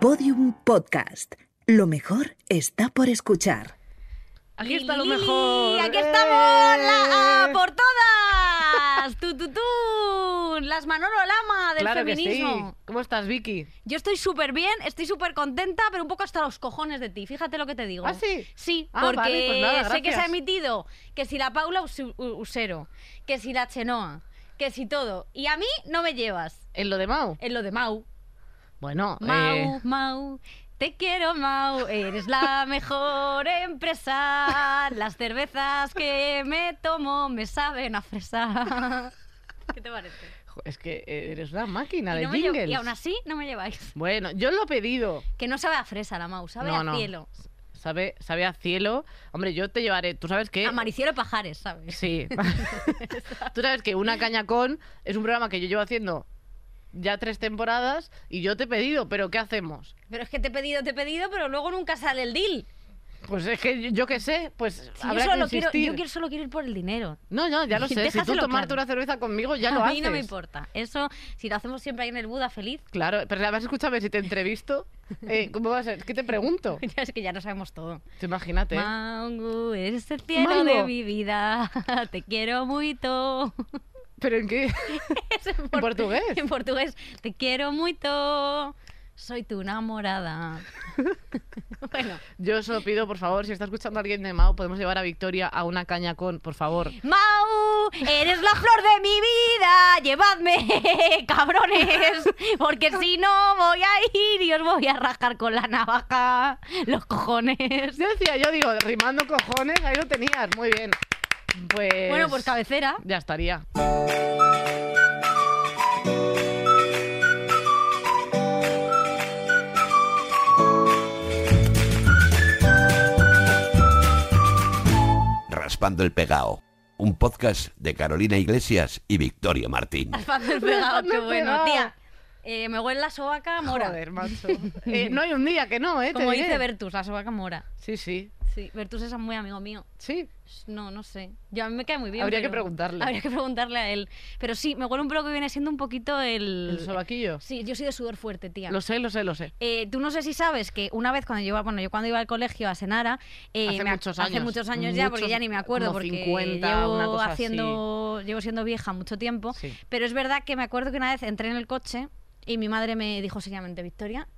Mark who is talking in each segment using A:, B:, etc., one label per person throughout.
A: Podium Podcast. Lo mejor está por escuchar.
B: Aquí está lo
C: Lili,
B: mejor.
C: Aquí
B: ¡Eh!
C: estamos la- ah, por todas. Tú, tú, tú. Las Manolo Lama del
B: Claro que
C: feminismo.
B: sí. ¿Cómo estás, Vicky?
C: Yo estoy súper bien, estoy súper contenta, pero un poco hasta los cojones de ti. Fíjate lo que te digo.
B: ¿Ah, sí?
C: Sí,
B: Ah,
C: porque
B: vale, pues nada,
C: sé que se ha
B: gracias.
C: emitido que si la Paula Usu- U- Usero, que si la Chenoa, que si todo. Y a mí no me llevas.
B: ¿En lo de Mau?
C: En lo de Mau.
B: Bueno,
C: Mau,
B: eh,
C: Mau, te quiero, Mau. Eres la mejor empresa. Las cervezas que me tomo me saben a fresa. ¿Qué te parece?
B: jo, es que eres una máquina
C: Y,
B: de
C: no me llevo-
B: jingles.
C: y aún así no me lleváis.
B: Bueno, yo lo he pedido.
C: Que no sabe a fresa la Mau, sabe
B: No,
C: a
B: no.
C: cielo.
B: Sabe, sabe a cielo. Hombre, yo te llevaré. ¿Tú sabes qué?
C: A maricielo pajares, ¿sabes?
B: Sí. Tú sabes que Una Caña Con es un programa que yo llevo haciendo ya tres temporadas y yo te he pedido, pero ¿qué hacemos?
C: Pero es que te he pedido, te he pedido, pero luego nunca sale el deal.
B: Pues es que yo, yo qué sé, pues
C: Si yo,
B: habrá
C: solo
B: que
C: quiero,
B: insistir.
C: yo quiero- solo quiero ir por el dinero.
B: No, no, ya lo sé. Si tú
C: Déjaselo
B: tomarte
C: claro.
B: una cerveza conmigo, ya
C: a
B: lo
C: mí
B: haces.
C: no me importa. Eso, si lo hacemos siempre ahí en el Buda feliz,
B: Claro, pero además escúchame, si te entrevisto, eh, ¿cómo va a ser? ¿Qué te pregunto?
C: ya es que ya no sabemos todo.
B: Te imagínate. ¿eh?
C: Mango, eres el cielo de
B: Mango.
C: mi vida. Te quiero mucho.
B: ¿Pero en qué?
C: Es en
B: ¿En portugués?
C: En portugués. Te quiero mucho. Soy tu enamorada. bueno.
B: Yo solo pido, por favor, si está escuchando alguien de Mao, podemos llevar a Victoria a una caña con, por favor.
C: Mau, eres la flor de mi vida. Llevadme, cabrones. Porque si no, voy a ir y os voy a rajar con la navaja. Los cojones.
B: Yo decía, yo digo, rimando cojones, ahí lo tenías, muy bien. Pues...
C: Bueno, pues cabecera.
B: Ya estaría.
D: Raspando el Pegao, un podcast de Carolina Iglesias y Victoria Martín.
C: Raspando el pegado,
B: Raspando
C: qué
B: el
C: bueno,
B: pegado.
C: tía. Eh, me huele la sobaca mora.
B: Joder, macho. Eh, no hay un día que no, ¿eh? Te
C: Como
B: diré.
C: dice Bertus, la sobaca mora.
B: Sí, sí,
C: Sí, Bertus es muy amigo mío.
B: sí.
C: No, no sé. Yo a mí me cae muy bien.
B: Habría
C: pero-
B: que preguntarle.
C: Habría que preguntarle a él. Pero sí, me huele un poco que viene siendo un poquito el.
B: El sobaquillo.
C: Sí, yo soy de sudor fuerte, tía.
B: Lo sé, lo sé, lo sé.
C: Eh, tú no sé si sabes que una vez cuando yo, bueno, yo cuando iba al colegio a Senara, eh,
B: Hace
C: me ac-
B: muchos
C: hace
B: años.
C: muchos años ya, porque
B: Muchos,
C: ya ni me acuerdo,
B: como
C: porque
B: 50,
C: llevo
B: una cosa
C: haciendo, llevo siendo vieja mucho tiempo,
B: Sí.
C: pero es verdad que me acuerdo que una vez entré en el coche y mi madre me dijo seriamente, Victoria,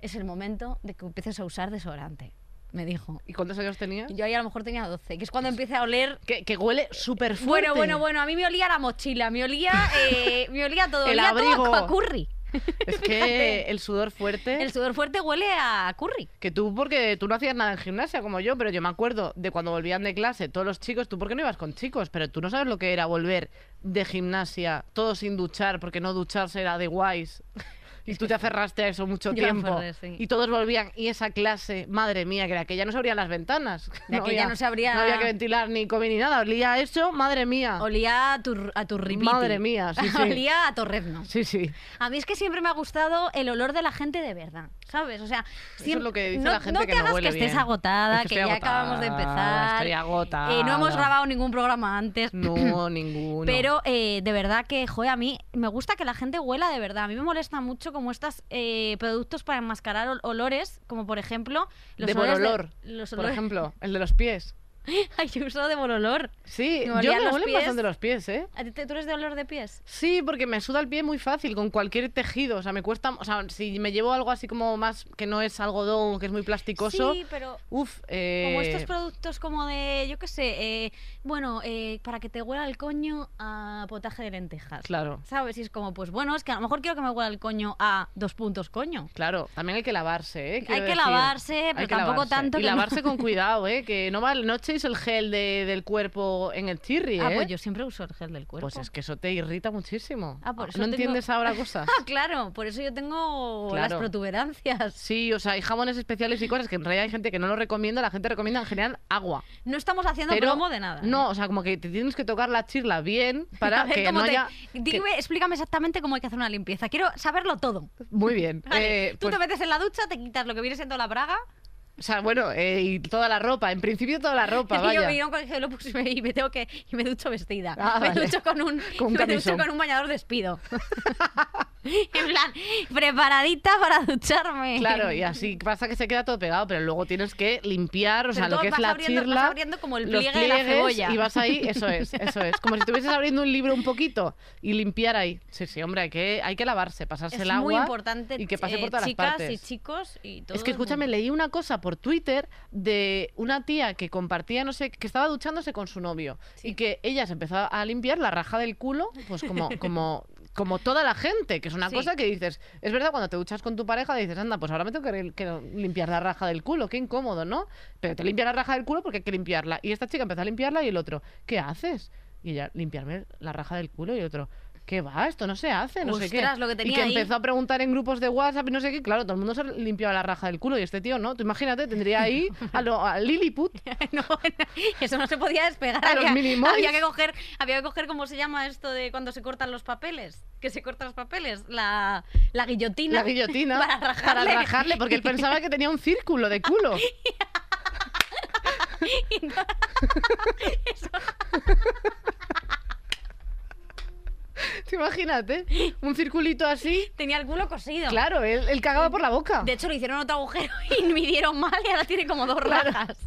C: es el momento de que empieces a usar desodorante, me dijo.
B: ¿Y cuántos años tenías?
C: Yo ahí a lo mejor tenía 12, que es cuando empieza a oler
B: Que, que huele súper Pues fuerte.
C: bueno, bueno, bueno, a mí me olía la mochila, me olía, eh, me olía todo,
B: El
C: olía todo a-
B: abrigo. ¿Eh?
C: a curry.
B: Es que el sudor fuerte.
C: El sudor fuerte huele a curry.
B: Que tú, porque tú no hacías nada en gimnasia como yo, pero yo me acuerdo de cuando volvían de clase todos los chicos. Tú, ¿por qué no ibas con chicos? Pero tú no sabes lo que era volver de gimnasia todo sin duchar, porque no ducharse era de guays. Y tú te aferraste a eso mucho
C: Yo me
B: tiempo.
C: aferré, sí.
B: Y todos volvían. Y esa clase, madre mía, que de aquella no se abrían las ventanas.
C: De aquella no se abría-
B: No había que ventilar ni comer ni nada. Olía a eso, madre mía.
C: Olía a tu, a tu ripiti.
B: Ah. Madre mía, sí, sí.
C: Olía a torrezno.
B: Sí, sí.
C: A mí es que siempre me ha gustado el olor de la gente de verdad, ¿sabes? O sea,
B: es
C: siempre-
B: lo que dice
C: no,
B: la gente
C: no te
B: que no
C: hagas
B: huele
C: que estés
B: bien.
C: agotada,
B: Es que
C: que, ya
B: estoy
C: acabamos de
B: agotada,
C: empezar.
B: estoy agotada.
C: Eh, no hemos grabado ningún programa antes.
B: No, ninguno.
C: Pero eh, de verdad que, joder, a mí me gusta que la gente huela de verdad. A mí me molesta mucho como estos productos para enmascarar ol- olores, como por ejemplo los
B: de por
C: olores
B: olor,
C: los
B: por
C: olores-
B: ejemplo, el de los pies.
C: Ay, yo uso de por olor.
B: Sí,
C: Me
B: yo
C: olían
B: me
C: los
B: huelen
C: pies.
B: bastante los pies, ¿eh?
C: ¿A ti te- ¿Tú eres de olor de pies?
B: Sí, porque me suda el pie muy fácil con cualquier tejido, o sea, me cuesta, o sea, si me llevo algo así como más que no es algodón, que es muy plasticoso,
C: Sí, pero
B: uf, eh,
C: Como estos productos como de, yo qué sé, eh, bueno, eh, para que te huela el coño a potaje de lentejas.
B: claro,
C: ¿Sabes? Y es como, pues bueno, es que a lo mejor quiero que me huela el coño a dos puntos coño.
B: claro, también hay que lavarse, ¿eh? Quiero
C: Hay que
B: decir,
C: lavarse,
B: hay
C: pero
B: que
C: tampoco
B: lavarse.
C: tanto
B: y
C: que no-
B: lavarse con cuidado, ¿eh? Que no vale, no echéis el gel de- del cuerpo en el chirri,
C: Ah,
B: ¿eh?
C: pues yo siempre uso el gel del cuerpo.
B: Pues es que eso te irrita muchísimo.
C: Ah, por eso
B: ¿No
C: tengo-
B: entiendes ahora cosas?
C: Ah, claro, por eso yo tengo las
B: Claro.
C: protuberancias.
B: Sí, o sea, hay jabones especiales y cosas que en realidad hay gente que no lo recomienda, la gente recomienda en general agua.
C: No estamos haciendo
B: pero
C: promo de nada.
B: No,
C: ¿eh?
B: o sea, como que te tienes que tocar la chirla bien
C: A
B: para
C: ver,
B: que
C: cómo
B: no
C: te-
B: haya...
C: Dime, explícame exactamente cómo hay que hacer una limpieza. Quiero saberlo todo.
B: que- Muy bien.
C: Vale,
B: eh,
C: Tú
B: pues,
C: te metes en la ducha, te quitas lo que viene siendo la braga.
B: O sea, bueno, eh, y toda la ropa, en principio toda la ropa,
C: Es que
B: vaya.
C: yo me vine a un colegio de Lopus y pues, me, y me tengo que y me ducho vestida.
B: Ah,
C: me
B: vale.
C: ducho con un,
B: Con un
C: me ducho
B: camisón.
C: con un bañador de espido. En plan, preparadita para ducharme.
B: Claro, y así pasa que se queda todo pegado, pero luego tienes que limpiar, o sea, lo
C: Pero tú
B: que es
C: vas
B: la
C: abriendo- vas
B: chirla.
C: abriendo como el
B: los
C: pliegue de la
B: pliegues,
C: cebolla.
B: Y vas ahí, eso es, eso es. Como si estuvieses abriendo un libro un poquito y limpiar ahí. Sí, sí, hombre, hay que, hay que lavarse, pasarse
C: Es
B: el agua.
C: muy importante.
B: Y que pase
C: eh,
B: por todas
C: chicas
B: las partes.
C: y chicos y todo.
B: Es que
C: el
B: escúchame,
C: mundo.
B: leí una cosa por Twitter de una tía que compartía, no sé, que estaba duchándose con su novio
C: Sí.
B: y que ella se empezó a limpiar la raja del culo, pues como, como, como toda la gente, que es una
C: Sí.
B: cosa que dices, es verdad, cuando te duchas con tu pareja dices, anda, pues ahora me tengo que, re- que limpiar la raja del culo, qué incómodo, ¿no? Pero te limpias la raja del culo porque hay que limpiarla. Y esta chica empezó a limpiarla y el otro, ¿qué haces? Y ella, limpiarme la raja del culo y el otro. ¿Qué va? Esto no se hace, no sé qué.
C: Ostras, lo que
B: y
C: tenía
B: que
C: ahí.
B: empezó a preguntar en grupos de WhatsApp y no sé qué, claro, todo el mundo se limpiaba la raja del culo y este tío no. Tú imagínate, tendría ahí a, lo- a Lilliput.
C: No, eso no se podía despegar.
B: A los
C: había,
B: minimoys.
C: había que coger, había que coger cómo se llama esto de cuando se cortan los papeles, que se cortan los papeles, la, la guillotina.
B: La guillotina.
C: Para rajarle.
B: para rajarle, porque él pensaba que tenía un círculo de culo. Tú Imagínate, un circulito así.
C: Tenía el culo cosido.
B: Claro, él, él cagaba por la boca.
C: De hecho, le hicieron otro agujero y midieron mal y ahora tiene como dos
B: Claro.
C: rajas.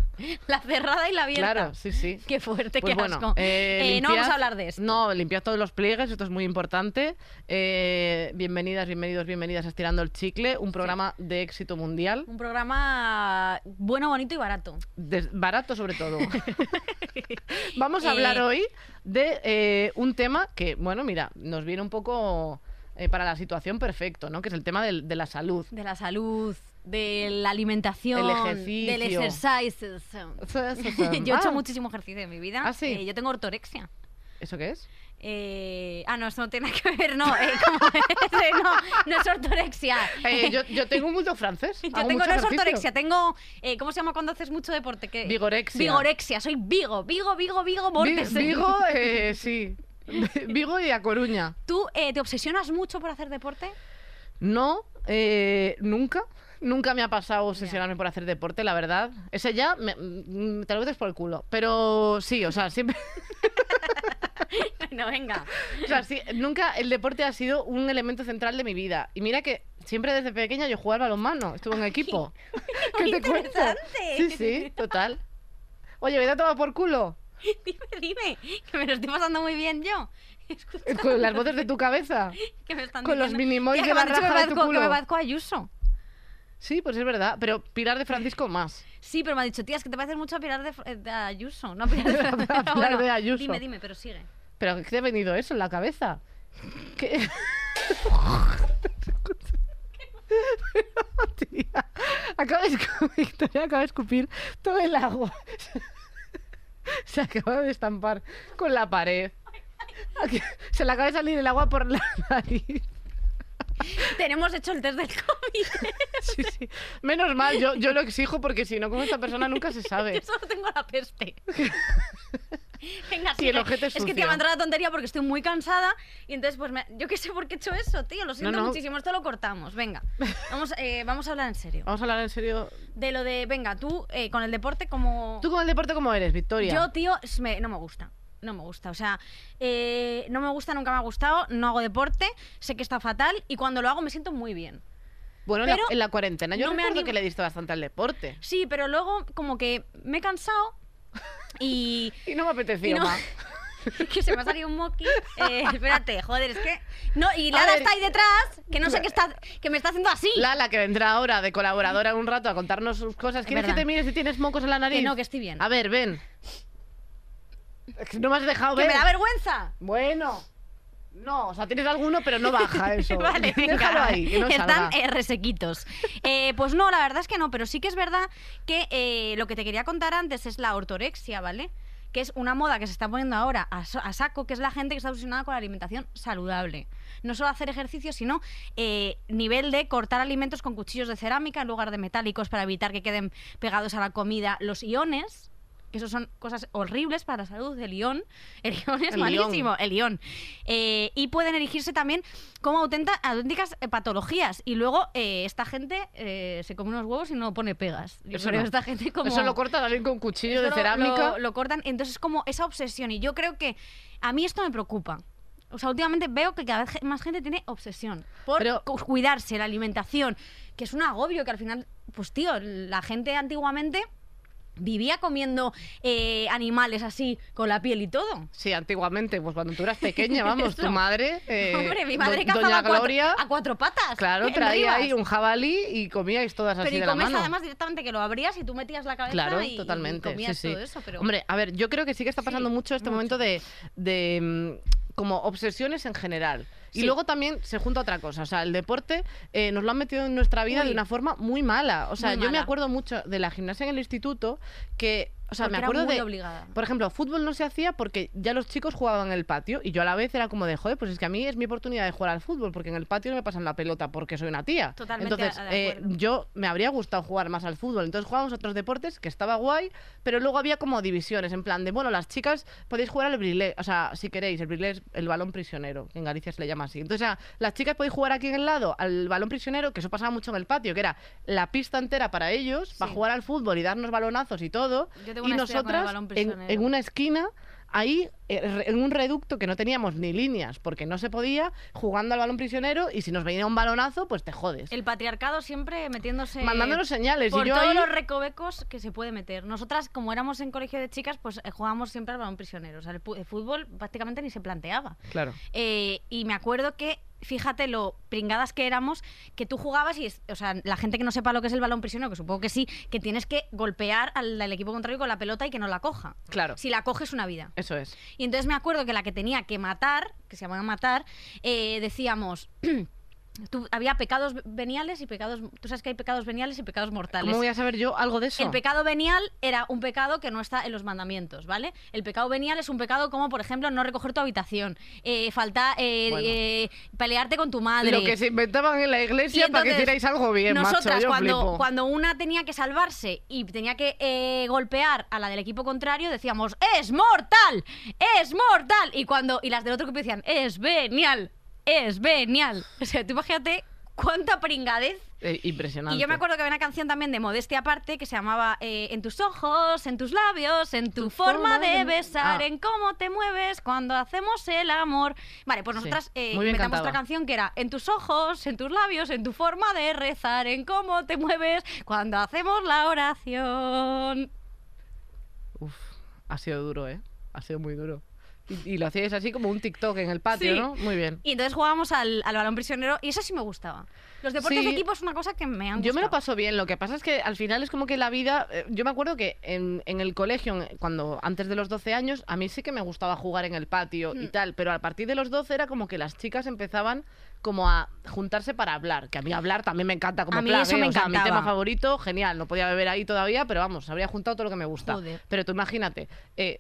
C: La cerrada y la abierta.
B: Claro, sí, sí.
C: Qué fuerte,
B: Pues
C: qué
B: bueno,
C: asco.
B: eh,
C: Eh, no vamos
B: limpiad-
C: a hablar de esto.
B: No, limpiad todos los pliegues, esto es muy importante. Eh, bienvenidas, bienvenidos, bienvenidas a Estirando el Chicle, un programa de éxito mundial.
C: Un programa bueno, bonito y barato.
B: Des- barato sobre todo. Vamos a
C: Eh,
B: hablar hoy de eh, un tema que, bueno, mira, nos viene un poco eh, para la situación perfecto, ¿no? Que es el tema del- de la salud.
C: De la salud, de la alimentación,
B: El ejercicio.
C: del exercise. Yo he hecho muchísimo ejercicio en mi vida.
B: Ah, sí.
C: Eh, yo tengo ortorexia.
B: ¿Eso qué es?
C: Eh, ah, no, eso no tiene nada que ver, no. eh, ¿cómo es? Eh, no, no es ortorexia.
B: Eh, yo, yo tengo un bulto francés.
C: Yo
B: hago
C: tengo,
B: mucho
C: no es
B: ejercicio.
C: ortorexia, tengo. eh, ¿Cómo se llama cuando haces mucho deporte? ¿Qué?
B: Vigorexia.
C: Vigorexia, soy Vigo, Vigo, Vigo, Vigo,
B: Vi-
C: Mortensen.
B: Vigo, eh, sí. Vigo y A Coruña.
C: ¿Tú eh, te obsesionas mucho por hacer deporte?
B: No, eh, nunca. Nunca me ha pasado obsesionarme por hacer deporte, la verdad. Ese ya me, mm, te lo metes por el culo. Pero sí, o sea, siempre.
C: No, venga.
B: O sea, sí, nunca el deporte ha sido un elemento central de mi vida. Y mira que siempre desde pequeña yo jugaba al balonmano, estuve en equipo.
C: muy
B: cuento?
C: interesante.
B: Sí, sí, total. Oye, vete a tomar por culo.
C: Dime, dime, que me lo estoy pasando muy bien yo.
B: Con las botas de tu cabeza.
C: Que me están
B: Con los
C: diciendo-
B: minimoys de
C: Tía, que me
B: la
C: han dicho que
B: raja de
C: me
B: tu
C: parezco- que
B: culo.
C: me parezco a Ayuso.
B: Sí, pues es verdad. Pero Pilar de Francisco más.
C: Sí, pero me ha dicho, tía, es que te pareces mucho a Pilar de, Fr- eh, de Ayuso. No a Pilar de,
B: A
C: Fr-
B: Pilar
C: Bueno,
B: de Ayuso.
C: Dime, dime, pero sigue.
B: Pero ¿qué te ha venido eso en la cabeza? ¿Qué? Tía, acaba de escu- Victoria acaba de escupir todo el agua. Se acaba de estampar con la pared. Aquí- Se le acaba de salir el agua por la nariz.
C: Tenemos hecho el test del COVID.
B: Sí, sí. Menos mal, yo, yo lo exijo porque si no, con esta persona nunca se
C: Yo
B: sabe.
C: solo tengo la peste. Venga,
B: Y el
C: sigue.
B: ojete
C: es que te
B: sucio.
C: ha mandado la tontería porque estoy muy cansada y entonces pues me- yo qué sé por qué he hecho eso, tío, lo siento
B: no.
C: muchísimo, esto lo cortamos, venga. Vamos, eh, vamos a hablar en serio.
B: Vamos a hablar en serio.
C: De lo de, venga, tú eh, con el deporte como...
B: ¿Tú con el deporte cómo eres, Victoria?
C: Yo, tío, es- me- no me gusta. No me gusta, o sea, eh, no me gusta, nunca me ha gustado, no hago deporte, sé que está fatal y cuando lo hago me siento muy bien.
B: bueno, en la,
C: pero
B: en la cuarentena yo
C: no me
B: recuerdo
C: animo-
B: que le diste bastante al deporte.
C: Sí, pero luego como que me he cansado y...
B: Y no me
C: y
B: apetecía
C: no-
B: más.
C: que se me ha salido un moqui. Eh, espérate, joder, es que... No, y Lara
B: ver.
C: está ahí detrás, que no sé qué está... que me está haciendo así.
B: Lala, que vendrá ahora de colaboradora en un rato a contarnos sus cosas. ¿Quieres que
C: verdad.
B: te mires si tienes mocos en la nariz?
C: Que no, que estoy bien.
B: A ver, ven. Es que No me has dejado
C: que
B: ver.
C: me da vergüenza.
B: Bueno. No, o sea, tienes alguno, pero no baja eso.
C: Vale, venga.
B: Déjalo ahí, que no
C: Están
B: salga.
C: eh, resequitos. Eh, pues no, la verdad es que no, pero sí que es verdad que eh, lo que te quería contar antes es la ortorexia, ¿vale? Que es una moda que se está poniendo ahora a, so- a saco, que es la gente que está obsesionada con la alimentación saludable. No solo hacer ejercicio, sino eh, nivel de cortar alimentos con cuchillos de cerámica en lugar de metálicos para evitar que queden pegados a la comida los iones. Que eso son cosas horribles para la salud del ión. El ión es
B: El ión.
C: malísimo, el ión. Eh, y pueden erigirse también como autenta- auténticas eh, patologías. Y luego eh, esta gente eh, se come unos huevos y no pone pegas. Yo
B: Eso
C: creo
B: no.
C: que esta gente como...
B: Eso lo corta también con cuchillo
C: esto
B: de
C: lo-
B: cerámica.
C: Lo, lo cortan. Entonces es como esa obsesión. Y yo creo que a mí esto me preocupa. O sea, últimamente veo que cada vez ge- más gente tiene obsesión por
B: Pero-
C: cu- cuidarse, la alimentación, que es un agobio que al final, pues tío, la gente antiguamente vivía comiendo eh, animales así, con la piel y todo.
B: Sí, antiguamente, pues cuando tú eras pequeña, vamos, tu
C: Eso.
B: madre. eh,
C: Hombre, mi
B: do-
C: madre
B: Doña
C: cazaba a cuatro,
B: Gloria.
C: a cuatro patas.
B: Claro,
C: en
B: traía
C: Rivas.
B: ahí un jabalí y comíais todas así
C: Pero y
B: de la
C: comes
B: mano.
C: además directamente que lo abrías y tú metías la cabeza
B: Claro,
C: y, y
B: totalmente.
C: comías
B: sí, sí.
C: todo eso. Pero...
B: Hombre, a ver, yo creo que sí que está pasando
C: Sí,
B: mucho este
C: mucho.
B: momento de, de, mm, como obsesiones en general. Y
C: Sí.
B: luego también se junta otra cosa, o sea, el deporte eh, nos lo han metido en nuestra vida
C: Uy.
B: de una forma muy mala. O sea,
C: Muy
B: yo me
C: mala.
B: acuerdo mucho de la gimnasia en el instituto que, o sea,
C: Porque
B: me
C: era
B: acuerdo
C: muy
B: de,
C: obligada.
B: por ejemplo, fútbol no se hacía porque ya los chicos jugaban en el patio y yo a la vez era como de, joder, pues es que a mí es mi oportunidad de jugar al fútbol porque en el patio no me pasan la pelota porque soy una tía.
C: Totalmente
B: Entonces,
C: a- de
B: eh,
C: acuerdo.
B: yo me habría gustado jugar más al fútbol. Entonces jugábamos a otros deportes que estaba guay, pero luego había como divisiones en plan de, bueno, las chicas podéis jugar al brilé, o sea, si queréis, el brilé es el balón prisionero, que en Galicia se le llama así. Entonces, ah, las chicas podéis jugar aquí en el lado al balón prisionero, que eso pasaba mucho en el patio, que era la pista entera para ellos, para
C: Sí.
B: jugar al fútbol y darnos balonazos y todo.
C: Yo tengo
B: y
C: una historia con el
B: nosotras
C: balón
B: en,
C: prisionero.
B: en una esquina ahí eh, re- en un reducto que no teníamos ni líneas porque no se podía jugando al balón prisionero y si nos venía un balonazo pues te jodes
C: El patriarcado siempre metiéndose.
B: mandándonos señales
C: Por
B: y yo
C: todos
B: ahí-
C: los recovecos que se puede meter. Nosotras, como éramos en colegio de chicas, pues eh, jugábamos siempre al balón prisionero. O sea, el, pu- el fútbol prácticamente ni se planteaba.
B: claro
C: Eh, y me acuerdo que, fíjate lo pringadas que éramos, que tú jugabas y, es- o sea, la gente que no sepa lo que es el balón prisionero, que supongo que sí, que tienes que golpear al, al equipo contrario con la pelota y que no la coja.
B: claro
C: Si la coges, una vida.
B: eso es
C: Y entonces me acuerdo que la que tenía que matar, que se llamaba matar, eh, decíamos. tú- había pecados veniales y pecados. Tú sabes que hay pecados veniales y pecados mortales.
B: cómo voy a saber yo algo de eso
C: El pecado venial era un pecado que no está en los mandamientos, ¿vale? El pecado venial es un pecado como, por ejemplo, no recoger tu habitación, eh, falta eh,
B: Bueno.
C: eh, pelearte con tu madre.
B: lo que se inventaban en la iglesia para que
C: entonces,
B: hicierais algo bien
C: Nosotras,
B: macho yo
C: cuando,
B: flipo.
C: cuando una tenía que salvarse y tenía que eh, golpear a la del equipo contrario, decíamos, ¡es mortal! ¡Es mortal! Y cuando y las del otro equipo decían, ¡es venial! ¡Es venial! O sea, tú imagínate cuánta pringadez
B: Eh, impresionante
C: y yo me acuerdo que había una canción también de Modestia Aparte que se llamaba eh, En tus ojos, en tus labios, en tu,
B: Tu
C: forma,
B: forma de-
C: de besar,
B: Ah.
C: en cómo te mueves cuando hacemos el amor. Vale, pues
B: Sí.
C: nosotras eh,
B: Muy bien
C: inventamos
B: cantaba.
C: otra canción que era En tus ojos, en tus labios, en tu forma de rezar, en cómo te mueves cuando hacemos la oración.
B: Uf, ha sido duro eh ha sido muy duro y, y lo hacíais así como un TikTok en el patio
C: Sí.
B: no muy bien
C: Y entonces jugábamos al, al balón prisionero y eso sí me gustaba. Los deportes
B: Sí.
C: de equipo es una cosa que me han gustado.
B: Yo me lo paso bien, lo que pasa es que al final es como que la vida, eh, yo me acuerdo que en, en el colegio, en- cuando antes de los 12 años, a mí sí que me gustaba jugar en el patio
C: Hmm.
B: y tal, pero a partir de los 12 era como que las chicas empezaban como a juntarse para hablar, que a mí hablar también me encanta como
C: A mí
B: plan,
C: eso
B: ¿eh?
C: me
B: o sea, mi tema
C: encantaba.
B: favorito, genial, no podía beber ahí todavía, pero vamos, habría juntado todo lo que me gusta.
C: Joder.
B: Pero tú imagínate, eh,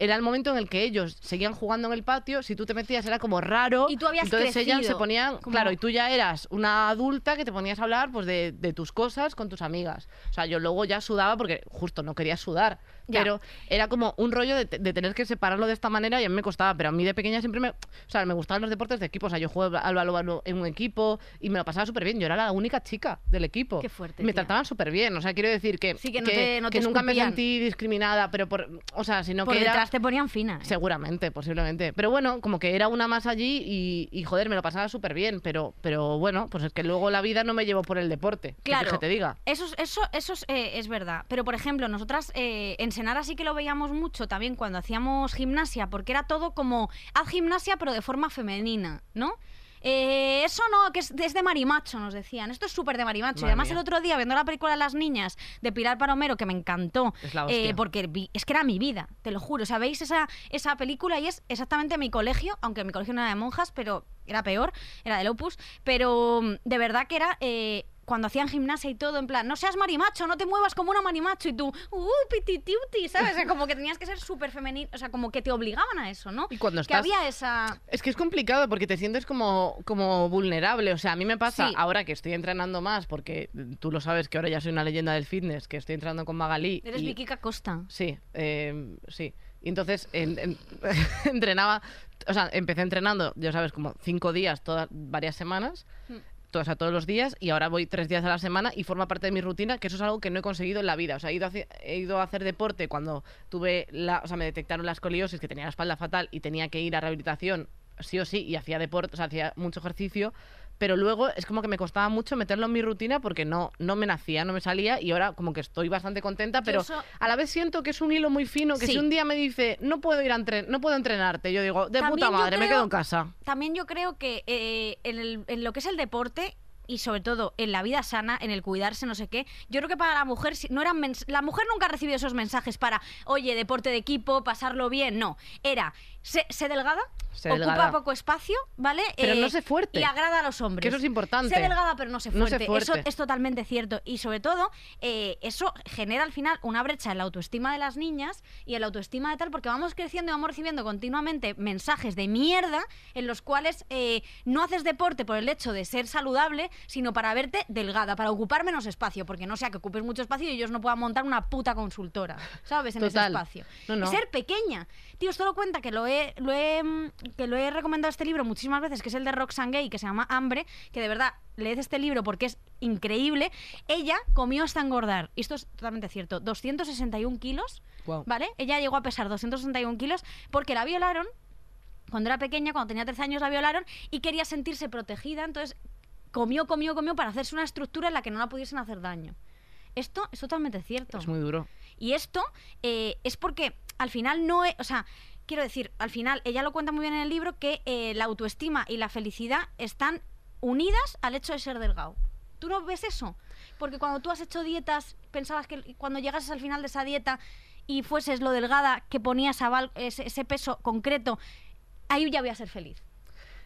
B: era el momento en el que ellos seguían jugando en el patio, si tú te metías era como raro,
C: Y tú habías
B: entonces ellas se
C: crecido,
B: ponían,
C: como-
B: claro, y tú ya eras una adulta que te ponías a hablar pues de, de tus cosas con tus amigas. O sea, yo luego ya sudaba porque justo no quería sudar.
C: Ya.
B: Pero era como un rollo de, te- de tener que separarlo de esta manera y a mí me costaba. Pero a mí de pequeña siempre me... O sea, me gustaban los deportes de equipo. O sea, yo jugué al balón en un equipo y me lo pasaba súper bien. Yo era la única chica del equipo.
C: Qué fuerte,
B: Me
C: tía.
B: trataban súper bien. O sea, quiero decir que...
C: Sí, que no te- no
B: que
C: te
B: nunca me
C: escupían.
B: sentí discriminada, pero por... O sea, sino
C: Por
B: que era-
C: detrás te ponían fina. ¿eh?
B: Seguramente, posiblemente. Pero bueno, como que era una más allí y, y, joder, me lo pasaba súper bien. Pero, pero bueno, pues es que luego la vida no me llevó por el deporte.
C: Claro.
B: Que te diga.
C: Eso, es- eso, eso es, eh, es verdad. Pero, por ejemplo, nosotras eh, en Senara sí que lo veíamos mucho también cuando hacíamos gimnasia, porque era todo como, haz gimnasia pero de forma femenina, ¿no? Eh, eso no, que es, de- es de marimacho, nos decían. Esto es súper de marimacho.
B: Madre
C: y además
B: mía.
C: el otro día, viendo la película Las Niñas, de Pilar Palomero, que me encantó,
B: Es la hostia.
C: eh, porque vi- es que era mi vida, te lo juro. O sea, veis esa, esa película y es exactamente mi colegio, aunque mi colegio no era de monjas, pero era peor, era del Opus, pero mm, de verdad que era... eh, cuando hacían gimnasia y todo, en plan, no seas marimacho, no te muevas como una marimacho, y tú, uh, pititiuti, ¿sabes? O sea, como que tenías que ser súper femenino, o sea, como que te obligaban a eso, ¿no?
B: Y cuando
C: Que
B: estás-
C: había esa...
B: Es que es complicado porque te sientes como, como vulnerable. O sea, a mí me pasa
C: Sí.
B: ahora que estoy entrenando más, porque tú lo sabes que ahora ya soy una leyenda del fitness, que estoy entrenando con Magalí.
C: Eres
B: y-
C: Vicky Costa.
B: Sí, eh, sí. Y entonces en- en- entrenaba, o sea, empecé entrenando, ya sabes, como cinco días, todas, varias semanas, to- o sea, todos los días, y ahora voy tres días a la semana y forma parte de mi rutina, que eso es algo que no he conseguido en la vida. O sea, he ido a, hace- he ido a hacer deporte cuando tuve la, o sea, me detectaron la escoliosis, que tenía la espalda fatal y tenía que ir a rehabilitación sí o sí, y hacía deporte, o sea, hacía mucho ejercicio, pero luego es como que me costaba mucho meterlo en mi rutina porque no, no me nacía, no me salía, y ahora como que estoy bastante contenta, pero
C: eso-
B: a la vez siento que es un hilo muy fino, que
C: Sí.
B: si un día me dice, no puedo ir a entren no puedo entrenarte, yo digo, de
C: También
B: puta
C: yo
B: madre, me
C: creo-
B: quedo en casa.
C: También yo creo que eh, en, el- en lo que es el deporte y sobre todo en la vida sana, en el cuidarse, no sé qué, yo creo que para la mujer si- no eran mens- la mujer nunca ha recibido esos mensajes para, oye, deporte de equipo, pasarlo bien, no, era sé, sé delgada,
B: Sé
C: ocupa
B: delgada.
C: poco espacio, ¿vale? Eh,
B: Pero no sé fuerte.
C: Y agrada a los hombres.
B: Que eso es importante.
C: Sé delgada pero no sé
B: No
C: fuerte.
B: sé
C: Eso
B: fuerte.
C: es totalmente cierto y sobre todo eh, eso genera al final una brecha en la autoestima de las niñas y en la autoestima de tal porque vamos creciendo y vamos recibiendo continuamente mensajes de mierda en los cuales eh, no haces deporte por el hecho de ser saludable sino para verte delgada para ocupar menos espacio porque no sea que ocupes mucho espacio y ellos no puedan montar una puta consultora sabes en ese
B: Total.
C: espacio
B: No, no.
C: ser pequeña tío esto lo cuenta que lo he, lo he mm, que lo he recomendado este libro muchísimas veces que es el de Roxane Gay que se llama Hambre que de verdad leed este libro porque es increíble ella comió hasta engordar y esto es totalmente cierto 261 kilos
B: Guau.
C: ¿vale? Ella llegó a pesar 261 kilos porque la violaron. Cuando era pequeña, cuando tenía 13 años, la violaron y quería sentirse protegida. Entonces comió, comió, comió para hacerse una estructura en la que no la pudiesen hacer daño. Esto es totalmente cierto.
B: Es muy duro.
C: Y esto eh, es porque al final no es. O sea, quiero decir, al final, ella lo cuenta muy bien en el libro que eh, la autoestima y la felicidad están unidas al hecho de ser delgado. ¿Tú no ves eso? Porque cuando tú has hecho dietas, pensabas que cuando llegases al final de esa dieta y fueses lo delgada que ponías a val- ese, ese peso concreto, ahí ya voy a ser feliz.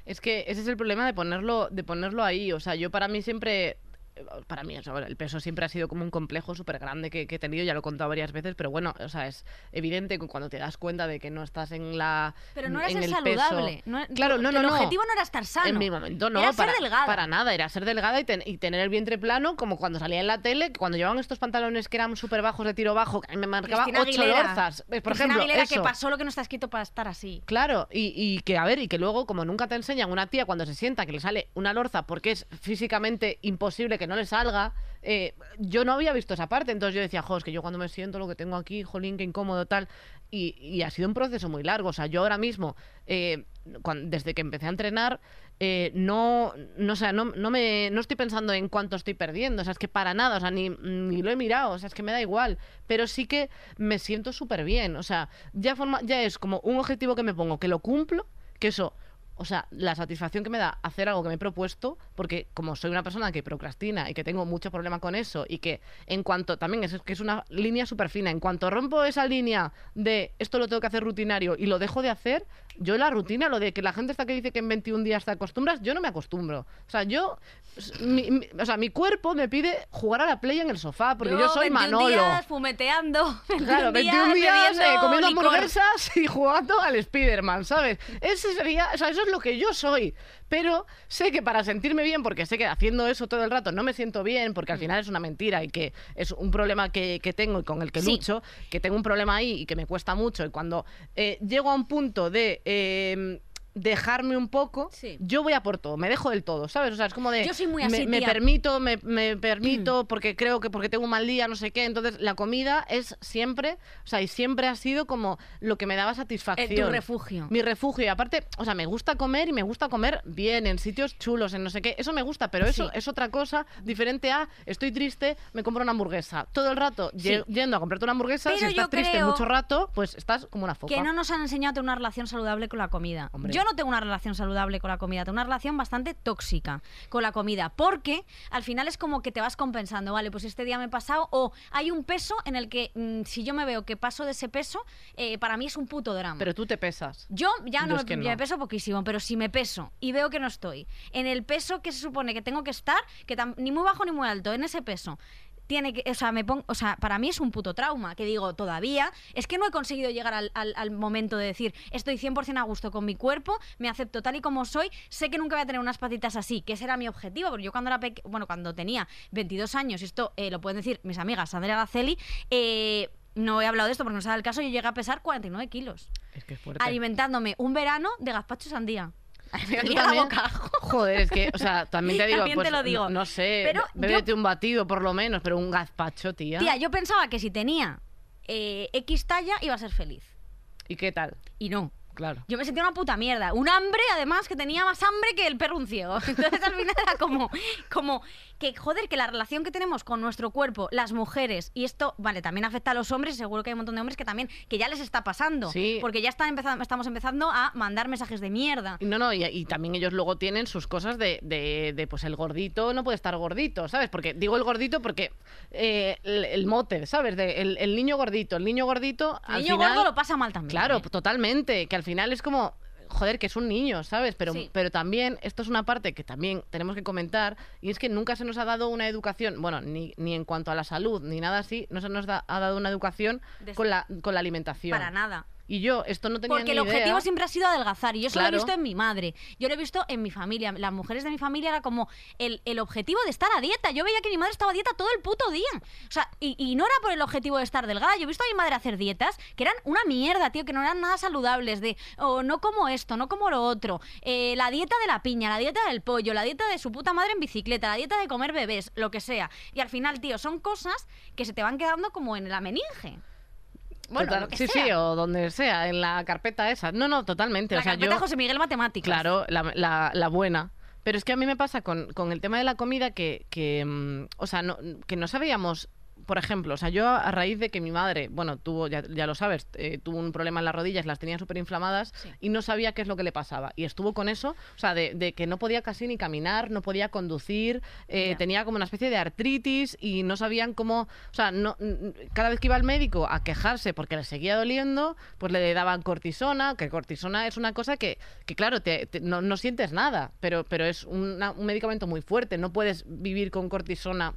B: Es que ese es el problema de ponerlo, de ponerlo ahí. O sea, yo para mí siempre. eh, Para mí, o sea, el peso siempre ha sido como un complejo súper grande que, que he tenido, ya lo he contado varias veces, pero bueno, o sea, es evidente que cuando te das cuenta de que no estás en la.
C: Pero no eras
B: en
C: el
B: el
C: saludable.
B: peso-
C: no-
B: claro,
C: que
B: no, no,
C: El
B: no.
C: objetivo no era estar sano.
B: En mi momento no,
C: Era ser
B: para,
C: delgada.
B: para nada, era ser delgada y, ten- y tener el vientre plano, como cuando salía en la tele, que cuando llevaban estos pantalones que eran súper bajos de tiro bajo, que a mí me marcaba
C: Cristina
B: ocho
C: Aguilera.
B: lorzas. eh, Por
C: Cristina
B: ejemplo,
C: Aguilera, que
B: eso.
C: pasó lo que no está escrito para estar así.
B: Claro, y, y que a ver, y que luego, como nunca te enseñan, una tía cuando se sienta que le sale una lorza porque es físicamente imposible que no le salga, eh, yo no había visto esa parte. Entonces yo decía, jo, es que yo cuando me siento lo que tengo aquí, jolín, qué incómodo, tal. Y, y ha sido un proceso muy largo. O sea, yo ahora mismo, eh, cuan- desde que empecé a entrenar, eh, no, no, o sea, no, no me, no estoy pensando en cuánto estoy perdiendo, o sea, es que para nada, o sea, ni, ni lo he mirado, o sea, es que me da igual, pero sí que me siento súper bien, o sea, ya, forma, ya es como un objetivo que me pongo, que lo cumplo, que eso, o sea, la satisfacción que me da hacer algo que me he propuesto, porque como soy una persona que procrastina y que tengo mucho problema con eso, y que en cuanto, también es que es una línea súper fina, en cuanto rompo esa línea de esto lo tengo que hacer rutinario y lo dejo de hacer, yo la rutina, lo de que la gente está que dice que en 21 días te acostumbras, yo no me acostumbro. O sea, yo, s- mi, mi- o sea, mi cuerpo me pide jugar a la playa en el sofá, porque yo, soy
C: 21
B: Manolo.
C: días fumeteando.
B: Claro, 21 días eh,
C: bebiendo
B: comiendo
C: licor.
B: hamburguesas y jugando al Spider-Man, ¿sabes? Ese sería, o sea, eso es lo que yo soy. Pero sé que para sentirme bien, porque sé que haciendo eso todo el rato no me siento bien, porque
C: Mm.
B: al final es una mentira y que es un problema que, que tengo y con el que
C: Sí.
B: lucho, que tengo un problema ahí y que me cuesta mucho. Y cuando eh, llego a un punto de. eh, dejarme un poco,
C: Sí.
B: yo voy a por todo, me dejo del todo, ¿sabes? O sea, es como de...
C: Yo soy muy
B: me-
C: así,
B: me
C: tía.
B: permi- permito, me, me
C: Mm.
B: permito, porque creo que porque tengo un mal día, no sé qué. Entonces, la comida es siempre, o sea, y siempre ha sido como lo que me daba satisfacción.
C: Eh, tu refugio.
B: Mi refugio. Y aparte, o sea, me gusta comer y me gusta comer bien, en sitios chulos, en no sé qué. Eso me gusta, pero eso
C: Sí.
B: es otra cosa diferente a estoy triste, me compro una hamburguesa. Todo el rato ye- yendo a comprarte una hamburguesa,
C: Pero
B: si estás
C: yo
B: triste
C: creo
B: mucho rato, pues estás como una foca.
C: Que no nos han enseñado a tener una relación saludable con la comida.
B: Hombre.
C: Yo no tengo una relación saludable con la comida, tengo una relación bastante tóxica con la comida, porque al final es como que te vas compensando, vale, pues este día me he pasado, o hay un peso en el que mm, si yo me veo que paso de ese peso, eh, para mí es un puto drama.
B: Pero tú te pesas.
C: Yo ya
B: Yo
C: no,
B: es
C: me,
B: que
C: yo
B: no.
C: me peso poquísimo, pero si me peso y veo que no estoy en el peso que se supone que tengo que estar, que tam- ni muy bajo ni muy alto, en ese peso. Tiene que, o sea, me pongo, o sea, para mí es un puto trauma, que digo, todavía, es que no he conseguido llegar al, al- al momento de decir, estoy 100% a gusto con mi cuerpo, me acepto tal y como soy, sé que nunca voy a tener unas patitas así, que ese era mi objetivo, porque yo cuando era peque- bueno, cuando tenía 22 años, y esto eh, lo pueden decir mis amigas, Andrea Gaceli, eh, no he hablado de esto porque no se da el caso, yo llegué a pesar 49 kilos
B: Es que es fuerte.
C: alimentándome un verano de gazpacho y sandía.
B: Es que
C: Me
B: tú
C: venía la
B: también-
C: boca abajo.
B: Joder, es que, o sea, también te digo,
C: También
B: pues,
C: te lo digo.
B: No, no sé,
C: Pero
B: bébete
C: yo-
B: un batido por lo menos, pero un gazpacho, tía.
C: Tía, yo pensaba que si tenía eh, X talla iba a ser feliz.
B: ¿Y qué tal?
C: Y no.
B: Claro.
C: Yo me sentía una puta mierda. Un hambre, además, que tenía más hambre que el perro un ciego. Entonces al final era como, como que, joder, que la relación que tenemos con nuestro cuerpo, las mujeres, y esto, vale, también afecta a los hombres, y seguro que hay un montón de hombres que también, que ya les está pasando.
B: Sí.
C: Porque ya están empezando, estamos empezando a mandar mensajes de mierda.
B: No, no, y, y también ellos luego tienen sus cosas de, de- de, pues el gordito no puede estar gordito, ¿sabes? Porque digo el gordito porque eh, el, el mote, ¿sabes? De el, el niño gordito, el niño gordito.
C: El
B: al
C: niño
B: final-
C: gordo lo pasa mal también.
B: Claro, pues,
C: ¿eh?
B: totalmente. Que al final es como, joder, que es un niño, ¿sabes? Pero,
C: Sí.
B: pero también, esto es una parte que también tenemos que comentar, y es que nunca se nos ha dado una educación, bueno, ni, ni en cuanto a la salud, ni nada así, no se nos da- ha dado una educación
C: Des-
B: con la, con la alimentación.
C: Para nada.
B: Y yo esto no tenía
C: Porque
B: ni
C: el objetivo
B: idea.
C: siempre ha sido adelgazar. Y yo eso lo
B: Claro.
C: he visto en mi madre. Yo lo he visto en mi familia. Las mujeres de mi familia era como el, el objetivo de estar a dieta. Yo veía que mi madre estaba a dieta todo el puto día. O sea, y, y no era por el objetivo de estar delgada. Yo he visto a mi madre hacer dietas que eran una mierda, tío, que no eran nada saludables. De, oh, no como esto, no como lo otro. Eh, la dieta de la piña, la dieta del pollo, la dieta de su puta madre en bicicleta, la dieta de comer bebés, lo que sea. Y al final, tío, son cosas que se te van quedando como en la meninge. Bueno,
B: Total-
C: lo que
B: sí,
C: sea.
B: sí, o donde sea, en la carpeta esa. No, no, totalmente.
C: La
B: o sea,
C: carpeta
B: yo,
C: José Miguel Matemáticas.
B: Claro, la, la- la buena. Pero es que a mí me pasa con, con el tema de la comida que, que, mm, o sea, no, que no sabíamos, por ejemplo, o sea, yo a raíz de que mi madre, bueno, tuvo, ya, ya lo sabes, eh, tuvo un problema en las rodillas, las tenía súper inflamadas y no sabía qué es lo que le pasaba. Y estuvo con eso, o sea, de, de que no podía casi ni caminar, no podía conducir, eh,
C: Ya.
B: tenía como una especie de artritis y no sabían cómo, o sea, no, n- n- cada vez que iba al médico a quejarse porque le seguía doliendo, pues le daban cortisona, que cortisona es una cosa que, que claro, te, te- no, no sientes nada, pero, pero es una- un medicamento muy fuerte, no puedes vivir con cortisona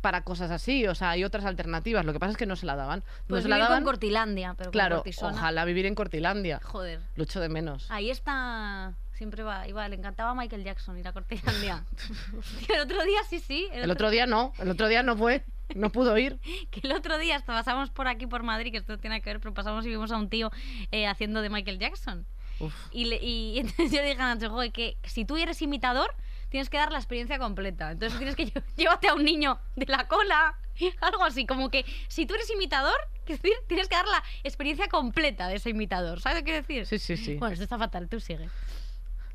B: para cosas así, o sea, hay otras alternativas, lo que pasa es que no se la daban. no
C: Pues
B: se la
C: vivir
B: daban,
C: con Cortilandia, pero
B: claro,
C: con cortisona.
B: ojalá vivir en Cortilandia,
C: Joder.
B: lo echo de menos.
C: Ahí está. Siempre va, iba, le encantaba a Michael Jackson ir a Cortilandia. Tío, el otro día sí, sí.
B: El otro día no, el otro día no fue, no pudo ir.
C: Que el otro día hasta pasamos por aquí, por Madrid, que esto no tiene nada que ver, pero pasamos y vimos a un tío eh, haciendo de Michael Jackson.
B: Uf.
C: Y, le- y entonces yo le dije a Nacho, "Joder, que si tú eres imitador, tienes que dar la experiencia completa. Entonces tienes que lle- llévate a un niño de la cola, algo así, como que si tú eres imitador, quiero decir, tienes que dar la experiencia completa de ese imitador. ¿Sabes qué quiero decir?
B: Sí, sí, sí.
C: Bueno, esto está fatal, tú sigue.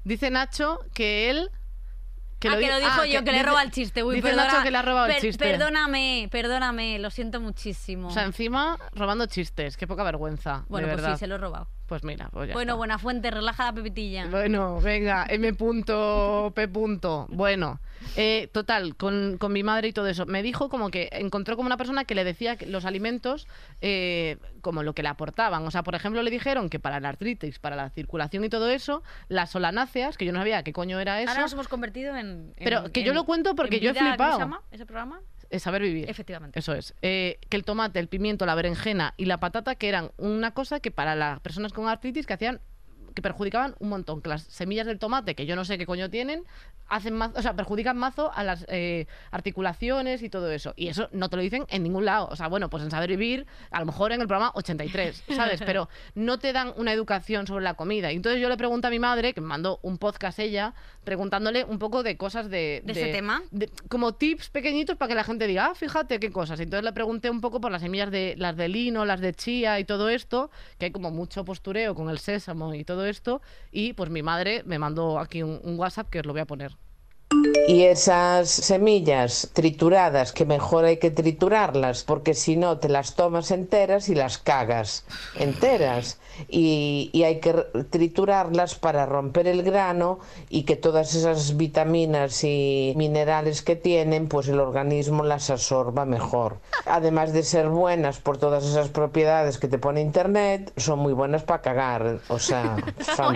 B: Dice Nacho que él...
C: ah, que
B: di-
C: lo dijo
B: ah,
C: yo, que, le he
B: dice-
C: robado el chiste. Uy,
B: dice
C: perdona,
B: Nacho que le ha robado el
C: Per-
B: chiste.
C: Perdóname, perdóname, lo siento muchísimo.
B: O sea, encima robando chistes, qué poca vergüenza.
C: bueno,
B: de
C: pues
B: verdad.
C: sí, se lo he robado.
B: Pues mira, pues ya
C: bueno,
B: está.
C: buena fuente, relaja la pepitilla.
B: Bueno, venga, M. punto, P. punto. Bueno, eh, total, con, con mi madre y todo eso. Me dijo como que encontró como una persona que le decía que los alimentos eh, como lo que le aportaban. O sea, por ejemplo, le dijeron que para la artritis, para la circulación y todo eso, las solanáceas, que yo no sabía qué coño era eso,
C: Ahora nos hemos convertido en. en-
B: Pero que yo
C: en-
B: lo cuento porque
C: en
B: yo he
C: vida, ¿cómo
B: flipado.
C: se llama ese programa?
B: es saber vivir.
C: Efectivamente.
B: Eso es. Eh, que el tomate, el pimiento, la berenjena y la patata, que eran una cosa que para las personas con artritis que hacían que perjudicaban un montón. Que las semillas del tomate, que yo no sé qué coño tienen, hacen más, o sea, perjudican mazo a las eh, articulaciones y todo eso. Y eso no te lo dicen en ningún lado. O sea, bueno, pues en Saber Vivir, a lo mejor en el programa 83, ¿sabes? Pero no te dan una educación sobre la comida. Y entonces yo le pregunto a mi madre, que me mandó un podcast ella, preguntándole un poco de cosas de...
C: ¿De ese tema?
B: de- como tips pequeñitos para que la gente diga, ah, fíjate qué cosas. Entonces le pregunté un poco por las semillas de las de lino, las de chía y todo esto, que hay como mucho postureo con el sésamo y todo esto. Y pues mi madre me mandó aquí un, un WhatsApp que os lo voy a poner.
E: Y esas semillas trituradas, que mejor hay que triturarlas, porque si no te las tomas enteras y las cagas enteras. Y, y hay que r- triturarlas para romper el grano y que todas esas vitaminas y minerales que tienen, pues el organismo las absorba mejor. Además de ser buenas por todas esas propiedades que te pone internet, son muy buenas para cagar. O sea,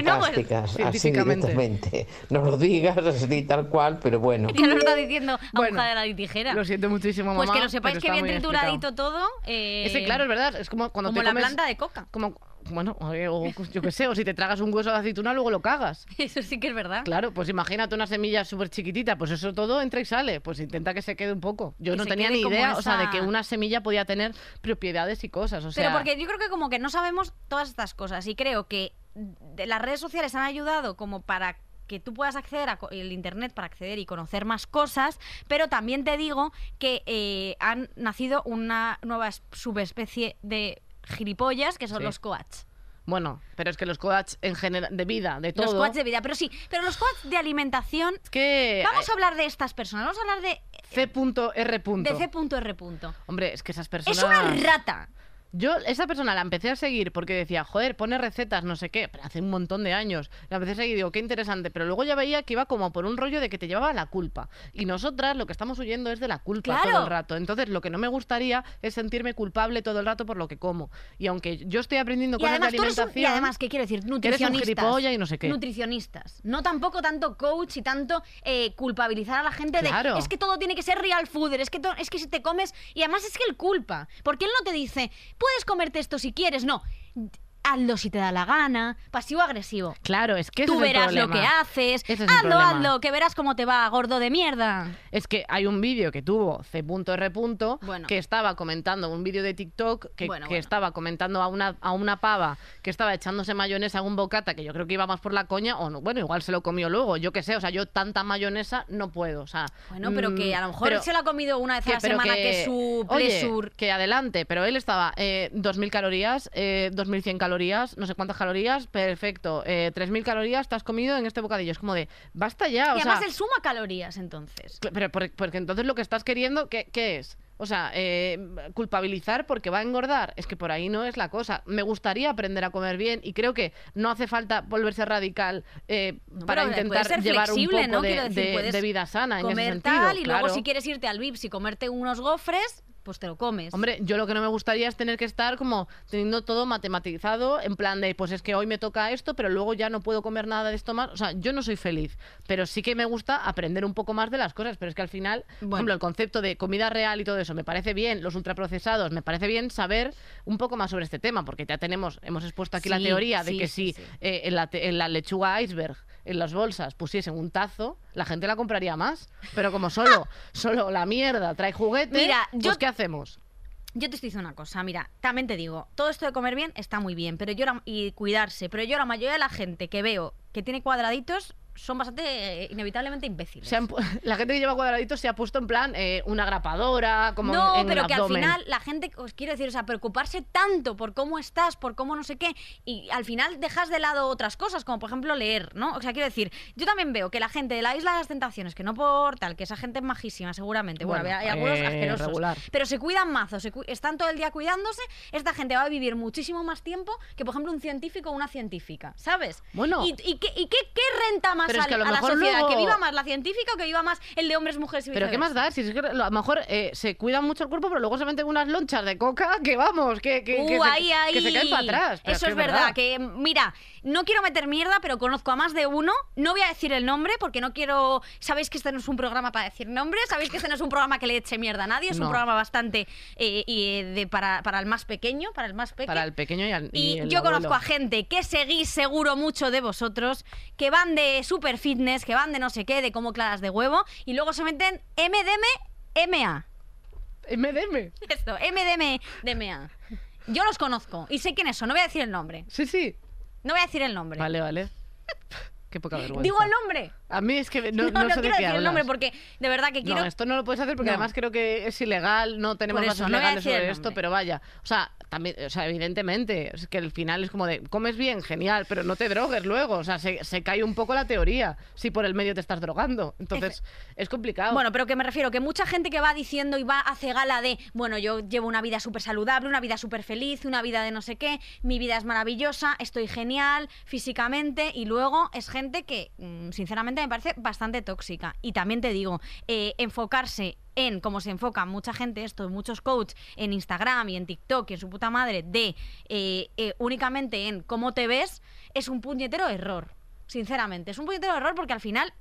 E: fantásticas, así
B: científicamente.
E: directamente. No lo digas así tal cual, pero bueno.
C: Ya lo está diciendo
B: Bueno,
C: aguja de la tijera.
B: Lo siento muchísimo, mamá.
C: pues que lo sepáis
B: pero
C: que
B: está
C: bien
B: muy
C: trituradito
B: explicado.
C: todo. eh,
B: Ese, claro, es verdad. Es como cuando
C: como
B: te
C: la
B: comes-
C: planta de coca.
B: Como, bueno, eh, o- o- yo qué sé, o si te tragas un hueso de aceituna, luego lo cagas.
C: Eso sí que es verdad.
B: Claro, pues imagínate una semilla súper chiquitita, pues eso todo entra y sale, pues intenta que se quede un poco. Yo
C: Que
B: no
C: se
B: tenía
C: quede
B: ni
C: como
B: idea, o sea, de
C: esa-
B: que una semilla podía tener propiedades y cosas, o sea...
C: Pero porque yo creo que como que no sabemos todas estas cosas y creo que de- las redes sociales han ayudado como para que tú puedas acceder a co- el internet para acceder y conocer más cosas, pero también te digo que eh, han nacido una nueva es- subespecie de gilipollas que son
B: Sí.
C: los coats.
B: Bueno, pero es que los coach en general, de vida, de todo.
C: Los quads de vida, pero sí, pero los quads de alimentación.
B: Es que.
C: Vamos a habr de estas personas, vamos a hablar de,
B: C.R.
C: de C.R. punto.
B: Hombre, es que esas personas.
C: Es una rata.
B: Yo esa persona la empecé a seguir porque decía, joder, pone recetas, no sé qué, pero hace un montón de años. La empecé a seguir y digo, qué interesante, pero luego ya veía que iba como por un rollo de que te llevaba la culpa. Y nosotras lo que estamos huyendo es de la culpa
C: Claro.
B: todo el rato. Entonces lo que no me gustaría es sentirme culpable todo el rato por lo que como. Y aunque yo estoy aprendiendo
C: Y
B: cosas
C: además,
B: de
C: tú eres un-
B: alimentación...
C: y además, ¿qué quiero decir?
B: eres un
C: Nutricionistas.
B: gilipollas y no sé qué.
C: Nutricionistas. No tampoco tanto coach y tanto eh, culpabilizar a la gente
B: Claro.
C: de es que todo tiene que ser real food, es que, to- es que si te comes. Y además es que él culpa. Porque él no te dice, puedes comerte esto si quieres. No. Hazlo si te da la gana. Pasivo-agresivo.
B: Claro, es que ese
C: Tú
B: es el
C: verás lo que
B: problema.
C: haces.
B: Ese es el
C: hazlo,
B: problema.
C: hazlo, que verás cómo te va, gordo de mierda.
B: Es que hay un vídeo que tuvo C.R.
C: Bueno.
B: que estaba comentando, un vídeo de TikTok que,
C: Bueno,
B: que
C: bueno.
B: estaba comentando a una, a una pava que estaba echándose mayonesa a un bocata que yo creo que iba más por la coña o no. Bueno, igual se lo comió luego, yo qué sé, o sea, yo tanta mayonesa no puedo, o sea.
C: Bueno, pero que a lo
B: mm,
C: mejor
B: pero-
C: se lo ha comido una vez a la
B: pero
C: semana, que, es su
B: oye,
C: plesur.
B: que adelante, pero él estaba eh, 2.000 calorías, eh, 2.100 calorías, no sé cuántas calorías, perfecto, eh, 3.000 calorías te has comido en este bocadillo. Es como de, basta ya,
C: y
B: o
C: además
B: sea.
C: él suma calorías, entonces.
B: Pues, Cl- Pero por- porque entonces lo que estás queriendo, ¿qué, qué es? O sea, eh, culpabilizar porque va a engordar. Es que por ahí no es la cosa. Me gustaría aprender a comer bien y creo que no hace falta volverse radical eh,
C: No,
B: para
C: pero
B: intentar
C: puedes ser
B: llevar un
C: flexible,
B: poco
C: ¿no?
B: de,
C: Quiero decir,
B: de-
C: puedes
B: de vida sana en ese
C: comer
B: sentido.
C: tal y luego
B: claro.
C: si quieres irte al Vips y comerte unos gofres, pues te lo comes.
B: Hombre, yo lo que no me gustaría es tener que estar como teniendo todo matematizado, en plan de, pues es que hoy me toca esto, pero luego ya no puedo comer nada de esto más. O sea, yo no soy feliz, pero sí que me gusta aprender un poco más de las cosas. Pero es que al final,
C: Bueno.
B: por ejemplo, el concepto de comida real y todo eso me parece bien, los ultraprocesados, me parece bien saber un poco más sobre este tema, porque ya tenemos, hemos expuesto aquí la
C: Sí,
B: teoría de
C: sí,
B: que
C: sí,
B: si
C: sí.
B: eh, en, la, te- en la lechuga iceberg, en las bolsas, pusiesen un tazo, la gente la compraría más. Pero como solo, solo la mierda trae juguetes,
C: Mira,
B: pues
C: yo-
B: ¿qué hacemos?
C: Yo te estoy diciendo una cosa, mira, también te digo, todo esto de comer bien está muy bien, pero yo la- y cuidarse, pero yo la mayoría de la gente que veo que tiene cuadraditos son bastante eh, inevitablemente imbéciles.
B: Se han pu- la gente que lleva cuadraditos se ha puesto en plan eh, una grapadora, como
C: no,
B: en- en
C: pero
B: el
C: que
B: abdomen.
C: al final la gente, os quiero decir, o sea, preocuparse tanto por cómo estás, por cómo no sé qué, y al final dejas de lado otras cosas, como por ejemplo leer, ¿no? O sea, quiero decir, yo también veo que la gente de la Isla de las Tentaciones, que no por tal, que esa gente es majísima, seguramente, bueno,
B: Bueno,
C: hay algunos
B: eh,
C: asquerosos,
B: regular.
C: pero se cuidan mazo, se cu- están todo el día cuidándose, esta gente va a vivir muchísimo más tiempo que, por ejemplo, un científico o una científica, ¿sabes?
B: Bueno.
C: ¿Y, y qué, y qué- qué renta más
B: Pero es
C: al-
B: que a
C: a,
B: lo
C: la
B: mejor
C: sociedad?
B: luego-
C: ¿Que viva más la científica o que viva más el de hombres, mujeres y
B: Pero ¿qué
C: viceversa?
B: más da? Si es que a lo mejor eh, se cuidan mucho el cuerpo, pero luego se meten unas lonchas de coca que vamos, que, que,
C: Uh,
B: que se,
C: ahí, ahí.
B: que se caen para atrás. Pero
C: Eso
B: que
C: es verdad, que mira, no quiero meter mierda, pero conozco a más de uno. No voy a decir el nombre porque no quiero... Sabéis que este no es un programa para decir nombres, sabéis que este no es un programa que le eche mierda a nadie, es
B: No.
C: un programa bastante eh, y de, para, para el más pequeño, para el más pequeño.
B: Para el pequeño y al
C: Y,
B: el
C: yo
B: abuelo.
C: conozco a gente que seguís seguro mucho de vosotros, que van de super fitness, que van de no sé qué, de como claras de huevo, y luego se meten MDM, MA.
B: MDM.
C: Esto, MDM, DMA. Yo los conozco y sé quiénes son, no voy a decir el nombre.
B: Sí, sí.
C: No voy a decir el nombre.
B: Vale, vale. Qué poca vergüenza.
C: Digo el nombre.
B: A mí es que no,
C: No,
B: no
C: no
B: sé de
C: quiero
B: qué
C: decir el
B: hablas.
C: nombre porque de verdad que quiero.
B: No, esto no lo puedes hacer porque
C: No.
B: además creo que es ilegal, no tenemos
C: Por eso,
B: bases
C: no voy a
B: legales
C: decir el
B: sobre esto,
C: nombre.
B: pero vaya. O sea, también, o sea, evidentemente, es que el final es como de comes bien, genial, pero no te drogues luego. O sea, se, se cae un poco la teoría si por el medio te estás drogando. Entonces, es complicado.
C: Bueno, pero que me refiero que mucha gente que va diciendo y va hace gala de, bueno, yo llevo una vida súper saludable, una vida súper feliz, una vida de no sé qué, mi vida es maravillosa, estoy genial físicamente y luego es gente que, mm, sinceramente, me parece bastante tóxica. Y también te digo, eh, enfocarse en como se enfoca mucha gente esto, muchos coaches en Instagram y en TikTok y en su puta madre, de eh, eh, únicamente en cómo te ves, es un puñetero error. Sinceramente, es un puñetero error porque al final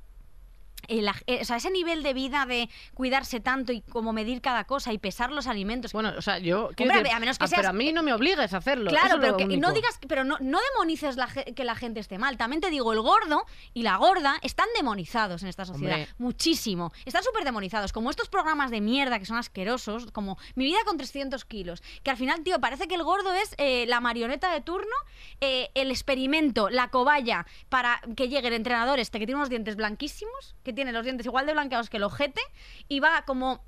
C: el aj- eh, o sea, ese nivel de vida de cuidarse tanto y como medir cada cosa y pesar los alimentos.
B: Bueno, o sea, yo. quiero ah,
C: Hombre, a ver, a menos que
B: Pero
C: seas-
B: a mí no me obligues a hacerlo. eso
C: claro,
B: es
C: pero
B: lo
C: que,
B: único.
C: no digas, pero no, no demonices la ge- que la gente esté mal. También te digo, el gordo y la gorda están demonizados en esta sociedad.
B: Hombre.
C: Muchísimo. Están súper demonizados. Como estos programas de mierda que son asquerosos, como Mi vida con 300 kilos. Que al final, tío, parece que el gordo es eh, la marioneta de turno, eh, el experimento, la cobaya para que llegue el entrenador este que tiene unos dientes blanquísimos, que tiene los dientes igual de blanqueados que el ojete, y va como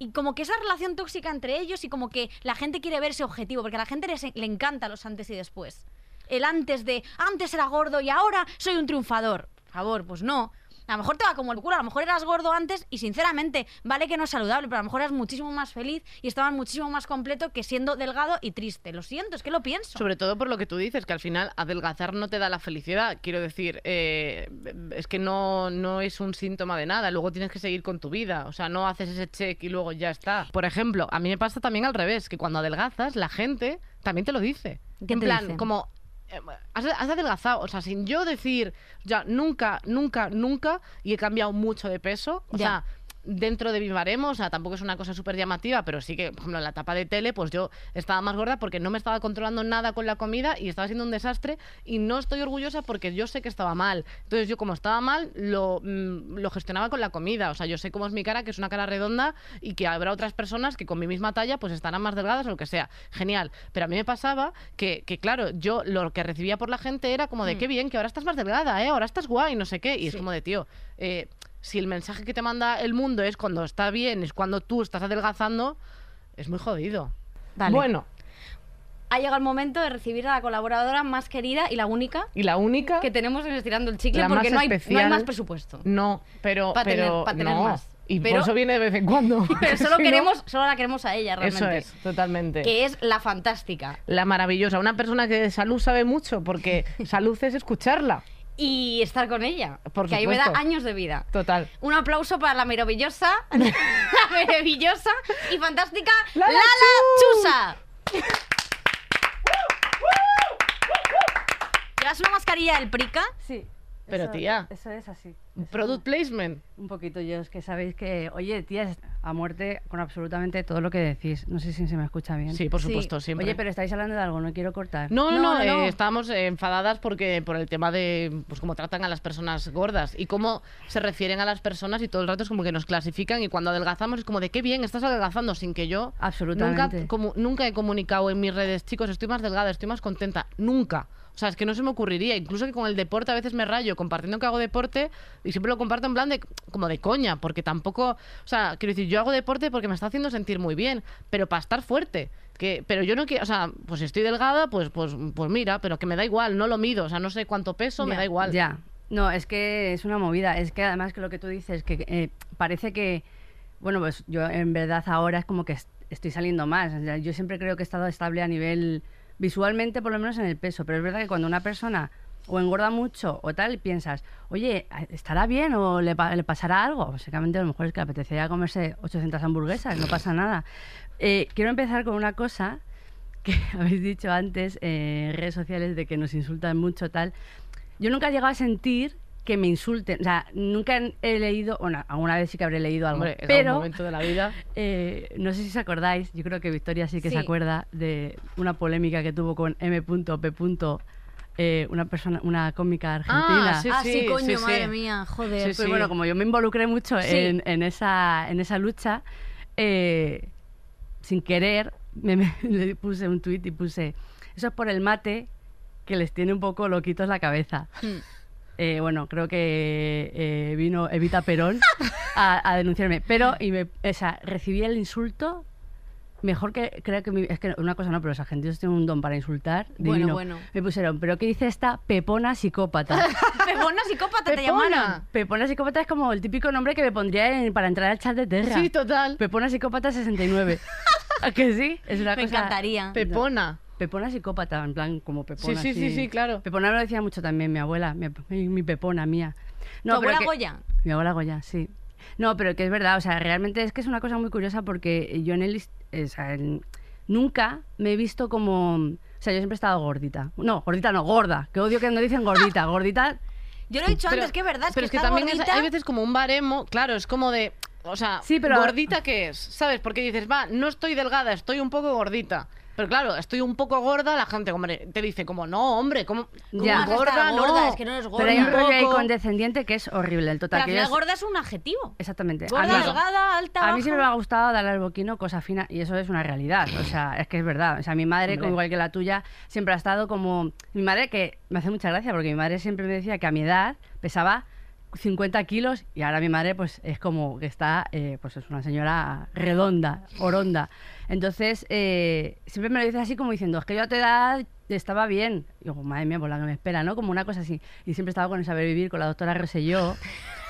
C: y como que esa relación tóxica entre ellos y como que la gente quiere ver ese objetivo, porque a la gente les- le encanta los antes y después. el antes de antes era gordo y ahora soy un triunfador. Por favor, pues no. A lo mejor te va como el culo, a lo mejor eras gordo antes y sinceramente, vale que no es saludable, pero a lo mejor eras muchísimo más feliz y estabas muchísimo más completo que siendo delgado y triste. Lo siento, es que lo pienso.
B: Sobre todo por lo que tú dices, que al final adelgazar no te da la felicidad. Quiero decir, eh, es que no, no es un síntoma de nada. Luego tienes que seguir con tu vida. O sea, no haces ese check y luego ya está. Por ejemplo, a mí me pasa también al revés, que cuando adelgazas, la gente también te lo dice.
C: ¿Qué
B: en
C: te
B: plan,
C: dicen?
B: como. eh, Has, has adelgazado, o sea, sin yo decir, ya nunca, nunca, nunca, y he cambiado mucho de peso, o
C: Ya.
B: sea, dentro de mi baremo, o sea, tampoco es una cosa súper llamativa, pero sí que, por ejemplo, en la tapa de tele, pues yo estaba más gorda porque no me estaba controlando nada con la comida y estaba siendo un desastre y no estoy orgullosa porque yo sé que estaba mal. Entonces yo como estaba mal, lo, mm, lo gestionaba con la comida, o sea, yo sé cómo es mi cara, que es una cara redonda y que habrá otras personas que con mi misma talla pues estarán más delgadas o lo que sea. Genial. Pero a mí me pasaba que, que, claro, yo lo que recibía por la gente era como de qué bien, que ahora estás más delgada, ¿eh? ahora estás guay, no sé qué. Y es como de, tío, eh, si el mensaje que te manda el mundo es cuando está bien, es cuando tú estás adelgazando, es muy jodido.
C: Vale.
B: Bueno,
C: Ha llegado el momento de recibir a la colaboradora más querida y la única
B: y la única
C: que tenemos en Estirando el Chicle
B: La
C: porque
B: más
C: no hay, no hay
B: especial.
C: más presupuesto.
B: no, pero
C: Pa' tener-
B: pero
C: pa' tener
B: no.
C: más.
B: Y
C: Pero-
B: por eso viene de vez en cuando.
C: Pero solo
B: Si no,
C: queremos, solo la queremos a ella realmente.
B: Eso es, totalmente.
C: Que es la fantástica.
B: La maravillosa, una persona que de salud sabe mucho, porque salud es escucharla.
C: Y estar con ella.
B: Por
C: que ahí me da
B: supuesto.
C: años de vida.
B: Total.
C: Un aplauso para la maravillosa, la maravillosa y fantástica
B: Lala
C: Lala,
B: Chus.
C: Chusa. ¿Llevas una mascarilla del Prica?
F: Sí.
B: Pero,
F: eso-
B: tía.
F: Eso es así.
B: Product placement.
F: Un poquito yo, es que sabéis que, oye, tía, a muerte con absolutamente todo lo que decís. No sé si se me escucha bien.
B: Sí, por supuesto, siempre.
F: Oye, pero estáis hablando de algo, no quiero cortar.
B: No, no, no, eh, estábamos eh, enfadadas porque por el tema de pues cómo tratan a las personas gordas y cómo se refieren a las personas y todo el rato es como que nos clasifican y cuando adelgazamos es como de qué bien, estás adelgazando sin que yo nunca,
F: Absolutamente.
B: comu- nunca he comunicado en mis redes, chicos, estoy más delgada, estoy más contenta, nunca. O sea, es que no se me ocurriría, incluso que con el deporte a veces me rayo compartiendo que hago deporte y siempre lo comparto en plan de como de coña, porque tampoco, o sea, quiero decir, yo hago deporte porque me está haciendo sentir muy bien, pero para estar fuerte. Que, pero yo no quiero, o sea, pues si estoy delgada, pues, pues, pues mira, pero que me da igual, no lo mido, o sea, no sé cuánto peso, me
F: Ya,
B: da igual.
F: Ya. No, es que es una movida. Es que además que lo que tú dices, que eh, parece que, bueno, pues yo en verdad ahora es como que est- estoy saliendo más. O sea, yo siempre creo que he estado estable a nivel visualmente, por lo menos en el peso. Pero es verdad que cuando una persona o engorda mucho o tal, piensas, oye, ¿estará bien o le, pa- le pasará algo? Básicamente a lo mejor es que le apetecería comerse 800 hamburguesas, no pasa nada. Eh, quiero empezar con una cosa que habéis dicho antes eh, en redes sociales de que nos insultan mucho tal. Yo nunca he llegado a sentir que me insulten. O sea, nunca he leído, bueno, alguna vez sí que habré leído algo,
B: Hombre, en algún
F: pero
B: momento de la vida.
F: eh, no sé si os acordáis, yo creo que Victoria sí que
C: Sí.
F: se acuerda de una polémica que tuvo con M.P. eh, una persona, una cómica argentina.
B: sí,
C: ah, sí, coño,
B: sí, sí.
C: madre mía, joder.
B: Sí,
F: Pues bueno, como yo me involucré mucho
C: Sí.
F: en, en esa, en esa lucha, eh, sin querer, me, me- le puse un tuit y puse, eso es por el mate que les tiene un poco loquitos la cabeza.
C: Hmm.
F: Eh, bueno, creo que eh, vino Evita Perón a, a denunciarme, pero y me, o sea, recibí el insulto. Mejor que creo que mi- es que una cosa no, pero los argentinos tienen un don para insultar.
C: Bueno,
F: divino.
C: bueno.
F: Me pusieron, pero ¿qué dice esta pepona psicópata?
C: Pepona psicópata te
B: Pepona.
C: llamaron.
F: Pepona Psicópata es como el típico nombre que me pondría en- para entrar al chat de Terra.
B: Sí, total.
F: Pepona Psicópata 69. ¿A que sí? Es una
C: Me
F: cosa-
C: encantaría.
B: Pepona.
F: Pepona Psicópata, en plan como Pepona.
B: Sí, sí, sí,
F: así.
B: sí, claro.
F: Pepona me lo decía mucho también mi abuela, mi, mi- mi Pepona mía.
C: ¿Tu
F: pero
C: abuela
F: que-
C: Goya?
F: Mi abuela Goya, sí. No, pero que es verdad, o sea, realmente es que es una cosa muy curiosa porque yo en el... inst- eh, o sea, en- nunca me he visto como... O sea, yo siempre he estado gordita. No, gordita no, gorda. Que odio que no dicen gordita. Gordita
C: Yo lo he dicho
B: Pero-
C: antes, que es verdad, es
B: pero
C: que,
B: es que,
C: estás
B: también es-
C: gordita.
B: hay veces como un baremo, claro, es como de, o sea,
F: Sí, pero-
B: gordita que es, ¿sabes? Porque dices, va, no estoy delgada, estoy un poco gordita. Pero claro, estoy un poco gorda, la gente hombre, te dice como, no, hombre, como
F: Ya.
C: ¿Cómo vas a
B: gorda,
C: estar
B: no.
C: gorda? Es que no eres gorda.
F: Pero hay un
B: Un
F: rollo ahí
B: poco.
F: condescendiente que es horrible, el
C: Pero
F: total.
C: al
F: que
C: final
F: yo-
C: gorda es un adjetivo.
F: Exactamente. A
C: Gorda,
F: mí-
C: delgada, alta,
F: A mí siempre me
C: baja.
F: ha gustado darle al boquino cosa fina y eso es una realidad. O sea, es que es verdad. O sea, mi madre, como igual que la tuya, siempre ha estado como... Mi madre que me hace mucha gracia porque mi madre siempre me decía que a mi edad pesaba 50 kilos y ahora mi madre pues es como que está, eh, pues es una señora redonda, oronda. Entonces, eh, siempre me lo dice así como diciendo, es que yo a tu edad estaba bien. Y yo, madre mía, por la que me espera, ¿no? Como una cosa así. Y siempre estaba con el saber vivir, con la doctora Roselló.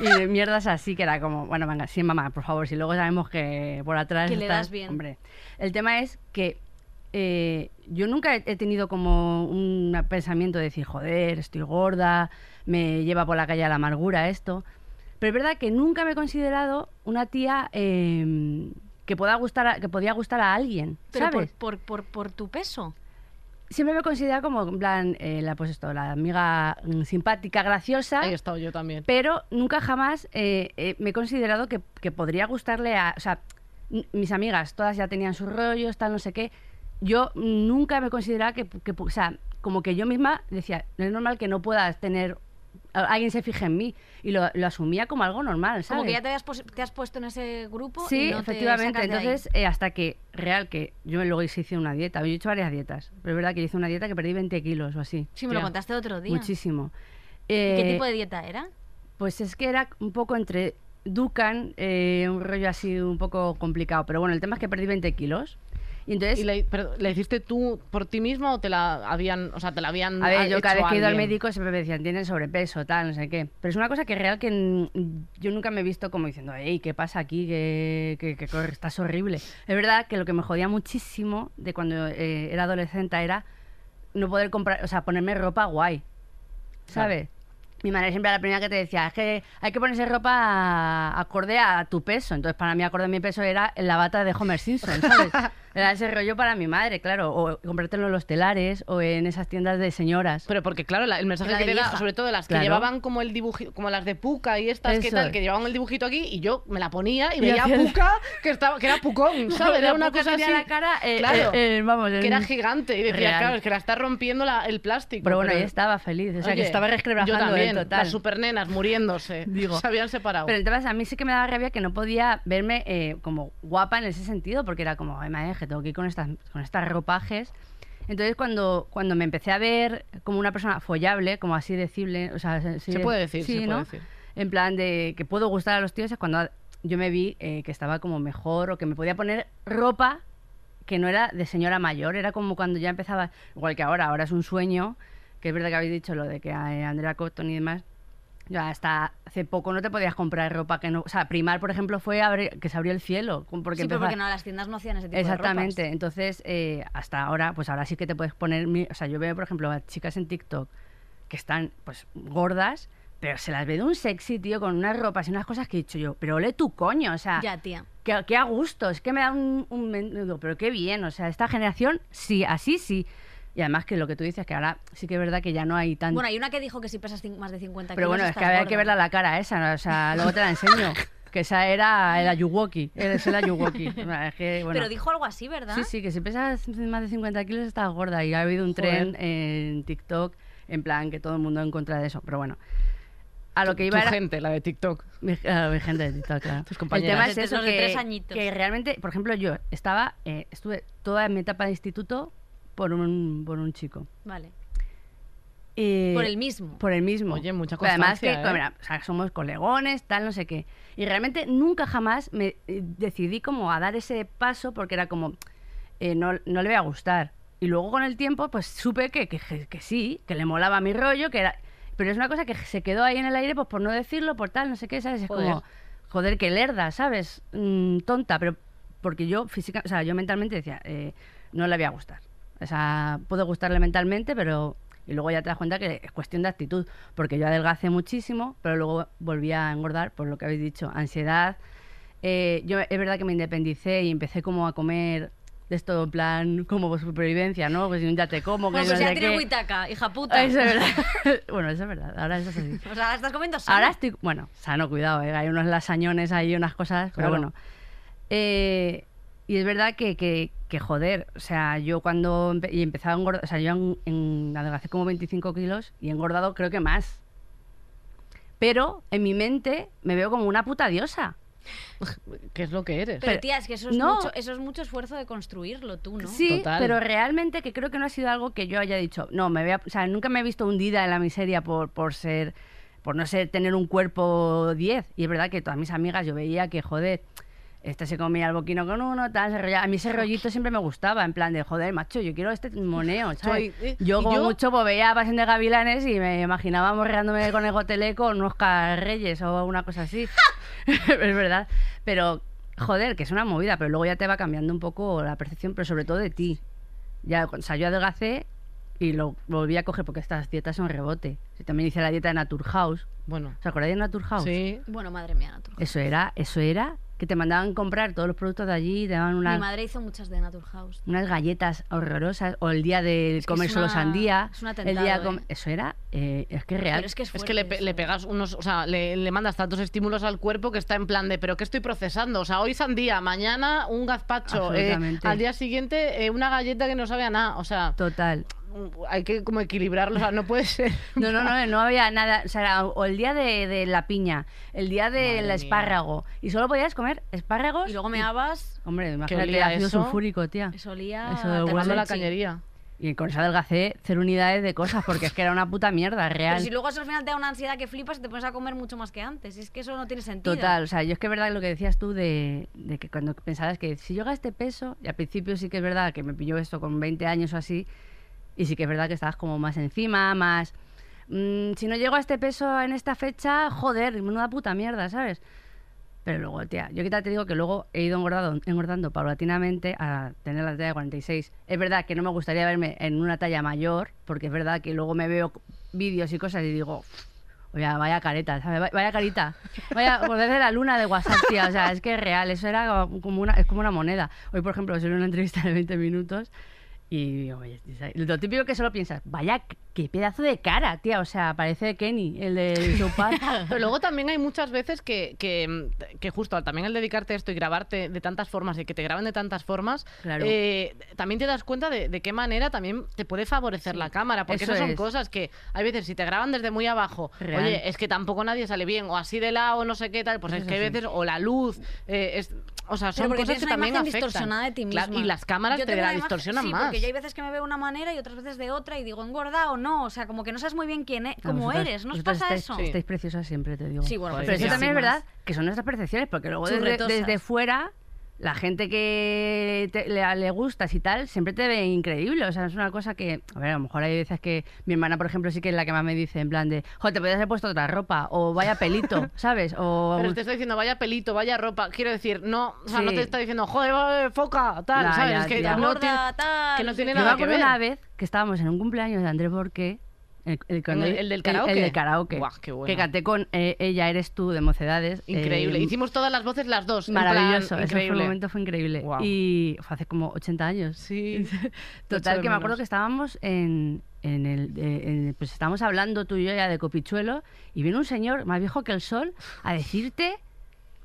F: y de mierdas así, que era como, bueno, venga, sí, mamá, por favor, si luego sabemos que por atrás.
C: Que le
F: estás-
C: das bien.
F: Hombre, el tema es que. eh, yo nunca he he tenido como un pensamiento de decir, joder, estoy gorda, me lleva por la calle a la amargura esto. Pero es verdad que nunca me he considerado una tía eh, que, pueda gustar a- que podía gustar a alguien,
C: Pero por,
F: ¿sabes?
C: por, por, por tu peso.
F: Siempre me he considerado como, en plan, eh, la, pues esto, la amiga mm, simpática, graciosa,
B: Ahí he estado yo también.
F: pero nunca jamás eh, eh, me he considerado que, que podría gustarle a... O sea, n- mis amigas todas ya tenían sus rollos, tal, no sé qué. Yo nunca me consideraba que, que... O sea, como que yo misma decía, no es normal que no puedas tener... a- Alguien se fije en mí y lo, lo asumía como algo normal, ¿sabes?
C: Como que ya te, habías pos- te has puesto en ese grupo. y
F: Sí,
C: no te
F: efectivamente.
C: sacas de ahí.
F: Entonces, eh, hasta que, real, que yo luego sí hice una dieta. Yo he hecho varias dietas. Pero es verdad que yo hice una dieta que perdí 20 kilos o así.
C: Sí, me lo
F: Ya.
C: contaste otro día.
F: Muchísimo.
C: ¿Y
F: Eh,
C: ¿Qué tipo de dieta era?
F: Pues es que era un poco entre Dukan, eh, un rollo así un poco complicado. Pero bueno, el tema es que perdí 20 kilos. Y entonces,
B: ¿Y la, pero, ¿la hiciste tú por ti misma o te la habían, o sea, te la habían
F: a ver,
B: Mm, hecho
F: yo cada vez que he ido al
B: alguien?
F: médico siempre me decían, tienes sobrepeso, tal, no sé qué. Pero es una cosa que real que mm, yo nunca me he visto como diciendo, hey, ¿qué pasa aquí? Que, que, que corre- estás horrible. Es verdad que lo que me jodía muchísimo de cuando eh, era adolescente era no poder comprar, o sea, ponerme ropa guay. ¿Sabes? Mi madre siempre era la primera que te decía, es que hay que ponerse ropa acorde a tu peso. Entonces, para mí, acorde a mi peso era la bata de Homer Simpson, ¿sabes? Era ese rollo para mi madre, claro. O comprártelo en los telares o en esas tiendas de señoras.
B: Pero porque, claro, la- el mensaje
C: La
B: que
C: de
B: te da,
C: vieja.
B: sobre todo de las que
F: Claro.
B: llevaban como el dibujito, como las de Puca y estas, que
F: Eso
B: tal,
F: es.
B: que llevaban el dibujito aquí, y yo me la ponía y,
F: Y
B: veía a
F: hacías-
B: Puca, que, estaba, que era Pucón, ¿sabes? Era
F: La
B: una
F: boca
B: cosa así,
F: tenía la cara, eh,
B: claro,
F: eh, eh, vamos,
B: que
F: en-
B: era gigante, y decía,
F: Real.
B: claro, es que la está rompiendo la- el plástico.
F: Pero bueno, yo estaba feliz, o sea, que
B: Oye,
F: estaba
B: Yo
F: resquebrajando
B: también,
F: el total.
B: las supernenas muriéndose,
F: Digo.
B: se habían separado.
F: Pero entonces a mí sí que me daba rabia que no podía verme eh, como guapa en ese sentido, porque era como, ay, madre, que tengo que ir con estas, con estas ropajes. Entonces cuando, cuando me empecé a ver como una persona follable, como así decible, o sea, sí-
B: Se puede decir,
F: sí,
B: se puede
F: ¿no?
B: decir.
F: En plan de que puedo gustar a los tíos es cuando yo me vi eh, que estaba como mejor o que me podía poner ropa que no era de señora mayor, era como cuando ya empezaba, igual que ahora, ahora es un sueño, que es verdad que habéis dicho lo de que eh, Andrea Cotton y demás, yo hasta hace poco no te podías comprar ropa que no, o sea, primar, por ejemplo, fue abrir- que se abrió el cielo, con-
C: sí,
F: porque
C: pero
F: empezó a-
C: porque no, las tiendas no hacían ese tipo
F: Exactamente.
C: de ropas.
F: Entonces, eh, hasta ahora, pues ahora sí que te puedes poner. mi- O sea, yo veo, por ejemplo, a chicas en TikTok que están, pues, gordas, pero se las ve de un sexy, tío, con unas ropas y unas cosas que he dicho yo, pero ole tu coño, o sea,
C: Ya, tía.
F: que, que a gusto, es que me da un, un men- digo, pero qué bien, o sea, esta generación sí, así sí. Y además que lo que tú dices, que ahora sí que es verdad que ya no hay tanto.
C: Bueno, hay una que dijo que si pesas cin- más de 50
F: pero
C: kilos
F: bueno, es que
C: estás
F: había
C: gorda.
F: que verla la cara esa, ¿no? o sea, luego te la enseño. Que esa era el Ayuwoki, es el Ayuwoki. Es que, bueno.
C: Pero dijo algo así, ¿verdad?
F: Sí, sí, que si pesas más de 50 kilos estás gorda. Y ha habido un
B: Joder.
F: tren en TikTok, en plan, que todo el mundo en contra de eso. Pero bueno, a lo que iba
B: Tu
F: era...
B: gente, la de TikTok.
F: Mi, claro, mi gente de TikTok, claro.
B: Tus compañeras.
F: El tema
C: Los
F: es
C: de-
F: eso,
C: los de
F: que,
C: tres añitos.
F: que realmente, por ejemplo, yo estaba, eh, estuve toda mi etapa de instituto por un, por un chico.
C: Vale.
F: Eh,
C: Por el mismo.
F: por el mismo.
B: Oye, mucha
F: Pero Además que,
B: constancia, ¿eh?
F: mira, o sea, somos colegones, tal, no sé qué. Y realmente nunca jamás me eh, decidí como a dar ese paso porque era como, eh, no, no le voy a gustar. Y luego con el tiempo, pues supe que, que, que- que sí, que le molaba mi rollo, que era... Pero es una cosa que se quedó ahí en el aire, pues por no decirlo, por tal, no sé qué, ¿sabes? Es
B: Joder.
F: como, joder, que lerda, ¿sabes? Mm, tonta, pero porque yo física, o sea, yo mentalmente decía, eh, no le voy a gustar. O sea, puedo gustarle mentalmente, pero... Y luego ya te das cuenta que es cuestión de actitud, porque yo adelgacé muchísimo, pero luego volví a engordar, por lo que habéis dicho, ansiedad. Eh, yo es verdad que me independicé y empecé como a comer de esto en plan como por supervivencia, ¿no? Pues ya te como, que
C: Bueno,
F: no
C: pues
F: sé
C: ya
F: qué. Ah,
C: tienes huitaca, hija puta.
F: Eso es verdad. bueno, eso es verdad. Ahora eso es así.
C: O sea, ahora estás comiendo sano.
F: Ahora estoy, bueno, sano, cuidado, ¿eh? hay unos lasañones ahí, unas cosas, pero
B: Claro.
F: bueno. Eh, y es verdad que, que, que, joder, o sea, yo cuando empe- y empezaba a engordar, o sea, yo en, en- adelgacé como 25 kilos y he engordado creo que más. Pero en mi mente me veo como una puta diosa.
B: ¿Qué es lo que eres?
C: Pero,
F: pero-
C: tía, es que eso es,
F: No.
C: mucho, eso es mucho esfuerzo de construirlo tú, ¿no?
F: Sí,
B: Total.
F: pero realmente que creo que no ha sido algo que yo haya dicho. No, me voy a- o sea, nunca me he visto hundida en la miseria por, por ser, por no ser, tener un cuerpo 10. Y es verdad que todas mis amigas yo veía que, joder, Este se comía el boquino con uno, tal, se rollaba. A mí ese rollito siempre me gustaba, en plan de, joder, macho, yo quiero este moneo, ¿sabes?
B: Soy- eh,
F: yo
B: y
F: como
B: yo-
F: mucho pues, veía Pasión de Gavilanes y me imaginaba morreándome con el gotelé con Oscar Reyes o una cosa así. es verdad. Pero, joder, que es una movida, pero luego ya te va cambiando un poco la percepción, pero sobre todo de ti. Ya, o sea, yo adelgacé y lo volví a coger porque estas dietas son rebote. Sí, También hice la dieta de Naturhaus.
B: Bueno,
F: ¿Os acordáis de Naturhaus?
B: sí.
C: Bueno, madre mía, Naturhaus.
F: Eso era, eso era, que te mandaban comprar todos los productos de allí, te daban
C: Mi
F: unas-
C: madre hizo muchas de Naturhaus.
F: unas galletas horrorosas, o el día de
C: Es que
F: comer
C: es
F: solo
C: una-
F: sandía.
C: es un
F: el día
C: atentado,
F: de com-
C: ¿eh?
F: Eso era, eh, es que es real.
C: Pero es que es
B: Es que le,
C: fuerte
B: pe- le
C: eso.
B: pegas unos, o sea, le, le mandas tantos estímulos al cuerpo que está en plan de, pero ¿qué estoy procesando? O sea, hoy sandía, mañana un gazpacho, eh,
F: Absolutamente.
B: al día siguiente eh, una galleta que no sabe a nada. O sea,
F: Total.
B: hay que como equilibrarlo, o sea, no puede ser.
F: No, no, no, no había nada. O sea, era o el día de, de la piña, el día
B: Madre
F: del
B: mía.
F: espárrago. Y solo podías comer espárragos.
C: Y luego meabas,
F: Hombre, imagínate,
B: olía
F: ácido
B: eso.
F: sulfúrico, tía.
C: eso olía...
F: Ah. Eso de
C: a
B: Guardando la
C: Tanachi.
B: cañería.
F: Y con esa adelgacé, cero unidades de cosas, porque es que era una puta mierda,
C: Pero
F: real.
C: si luego eso al final te da una ansiedad que flipas y te pones a comer mucho más que antes. Y es que eso no tiene sentido.
F: Total, o sea, yo es que es verdad lo que decías tú de, de que cuando pensabas que si yo gaste peso, y al principio sí que es verdad que me pilló esto con 20 años o así, y sí que es verdad que estabas como más encima, más... mm, si no llego a este peso en esta fecha, joder, menuda puta mierda, ¿sabes? Pero luego, tía, yo que te digo que luego he ido engordado, engordando paulatinamente a tener la talla de 46. Es verdad que no me gustaría verme en una talla mayor, porque es verdad que luego me veo vídeos y cosas y digo, Oye, vaya careta, ¿sabes? Va- Vaya carita. Vaya, por desde la luna de WhatsApp, tía. O sea, es que es real. Eso era como una, es como una moneda. Hoy, por ejemplo, salió una entrevista de 20 minutos y digo, oye, tía, lo típico que solo piensas, vaya, qué pedazo de cara, tía. O sea, parece Kenny, el de South Park.
B: Pero luego también hay muchas veces que, que, mm, que justo al- también al dedicarte a esto y grabarte de tantas formas y que te graben de tantas formas,
F: Claro.
B: eh, también te das cuenta de, de qué manera también te puede favorecer la cámara. Porque
F: eso
B: esas son
F: es.
B: cosas que hay veces si te graban desde muy abajo,
F: Real.
B: oye, es que tampoco nadie sale bien, o así de lado, o no sé qué tal, pues
F: Eso
B: es
F: es
B: que hay
F: así.
B: veces, o la luz, eh, es- o sea, son
C: Pero porque
B: cosas
C: tienes
B: que
C: una
B: también
C: imagen
B: afectan.
C: distorsionada de ti misma.
B: Claro, y las cámaras
C: Yo
B: te
C: tengo
B: la
C: una imagen-
B: distorsionan
C: sí,
B: más.
C: porque yo hay veces que me veo de una manera y otras veces de otra y digo, engorda o no. O sea, como que no sabes muy bien quién e-
F: A
C: cómo
F: vosotras-
C: eres. ¿No os
F: vosotras
C: pasa
F: estáis,
C: eso?
B: Sí.
F: Estáis preciosas siempre, te digo.
C: Sí, bueno,
B: Joder,
F: Pero eso
B: sí,
F: también es
C: sí,
F: verdad
C: más.
F: que son nuestras percepciones, porque luego desde,
C: Churretosas.
F: desde fuera, la gente que te- le, le gustas y tal, siempre te ve increíble. O sea, es una cosa que, a ver, a lo mejor hay veces que mi hermana, por ejemplo, sí que es la que más me dice, en plan de, joder, te podrías haber puesto otra ropa, o vaya pelito, ¿sabes? O
B: Pero te está diciendo, vaya pelito, vaya ropa. Quiero decir, no, o sea, no
F: Sí.
B: te está diciendo, joder, va, foca, tal,
F: Ya,
B: ¿sabes?
F: ya,
B: Es que
F: ya.
B: no
C: Gorda,
B: tiene,
C: tal,
B: que no
C: sí,
B: tiene
F: Yo
B: nada
F: me
B: que
F: acuerdo
B: ver.
F: una vez que estábamos en un cumpleaños de Andrés Borqué. El, el- cuando-
B: el del karaoke?
F: El, del karaoke.
B: Guau, qué bueno.
F: Que canté con eh, Ella eres tú de Mocedades. eh,
B: Increíble. Hicimos todas las voces las dos. en plan,
F: Maravilloso, ese fue
B: increíble.
F: el momento fue increíble.
B: Guau.
F: Y fue hace como 80 años.
B: Sí. Lo echo
F: Total,
B: de
F: que me acuerdo
B: menos.
F: que estábamos en, en el. de- en- pues estábamos hablando tú y yo ya de copichuelo y viene un señor más viejo que el sol a decirte.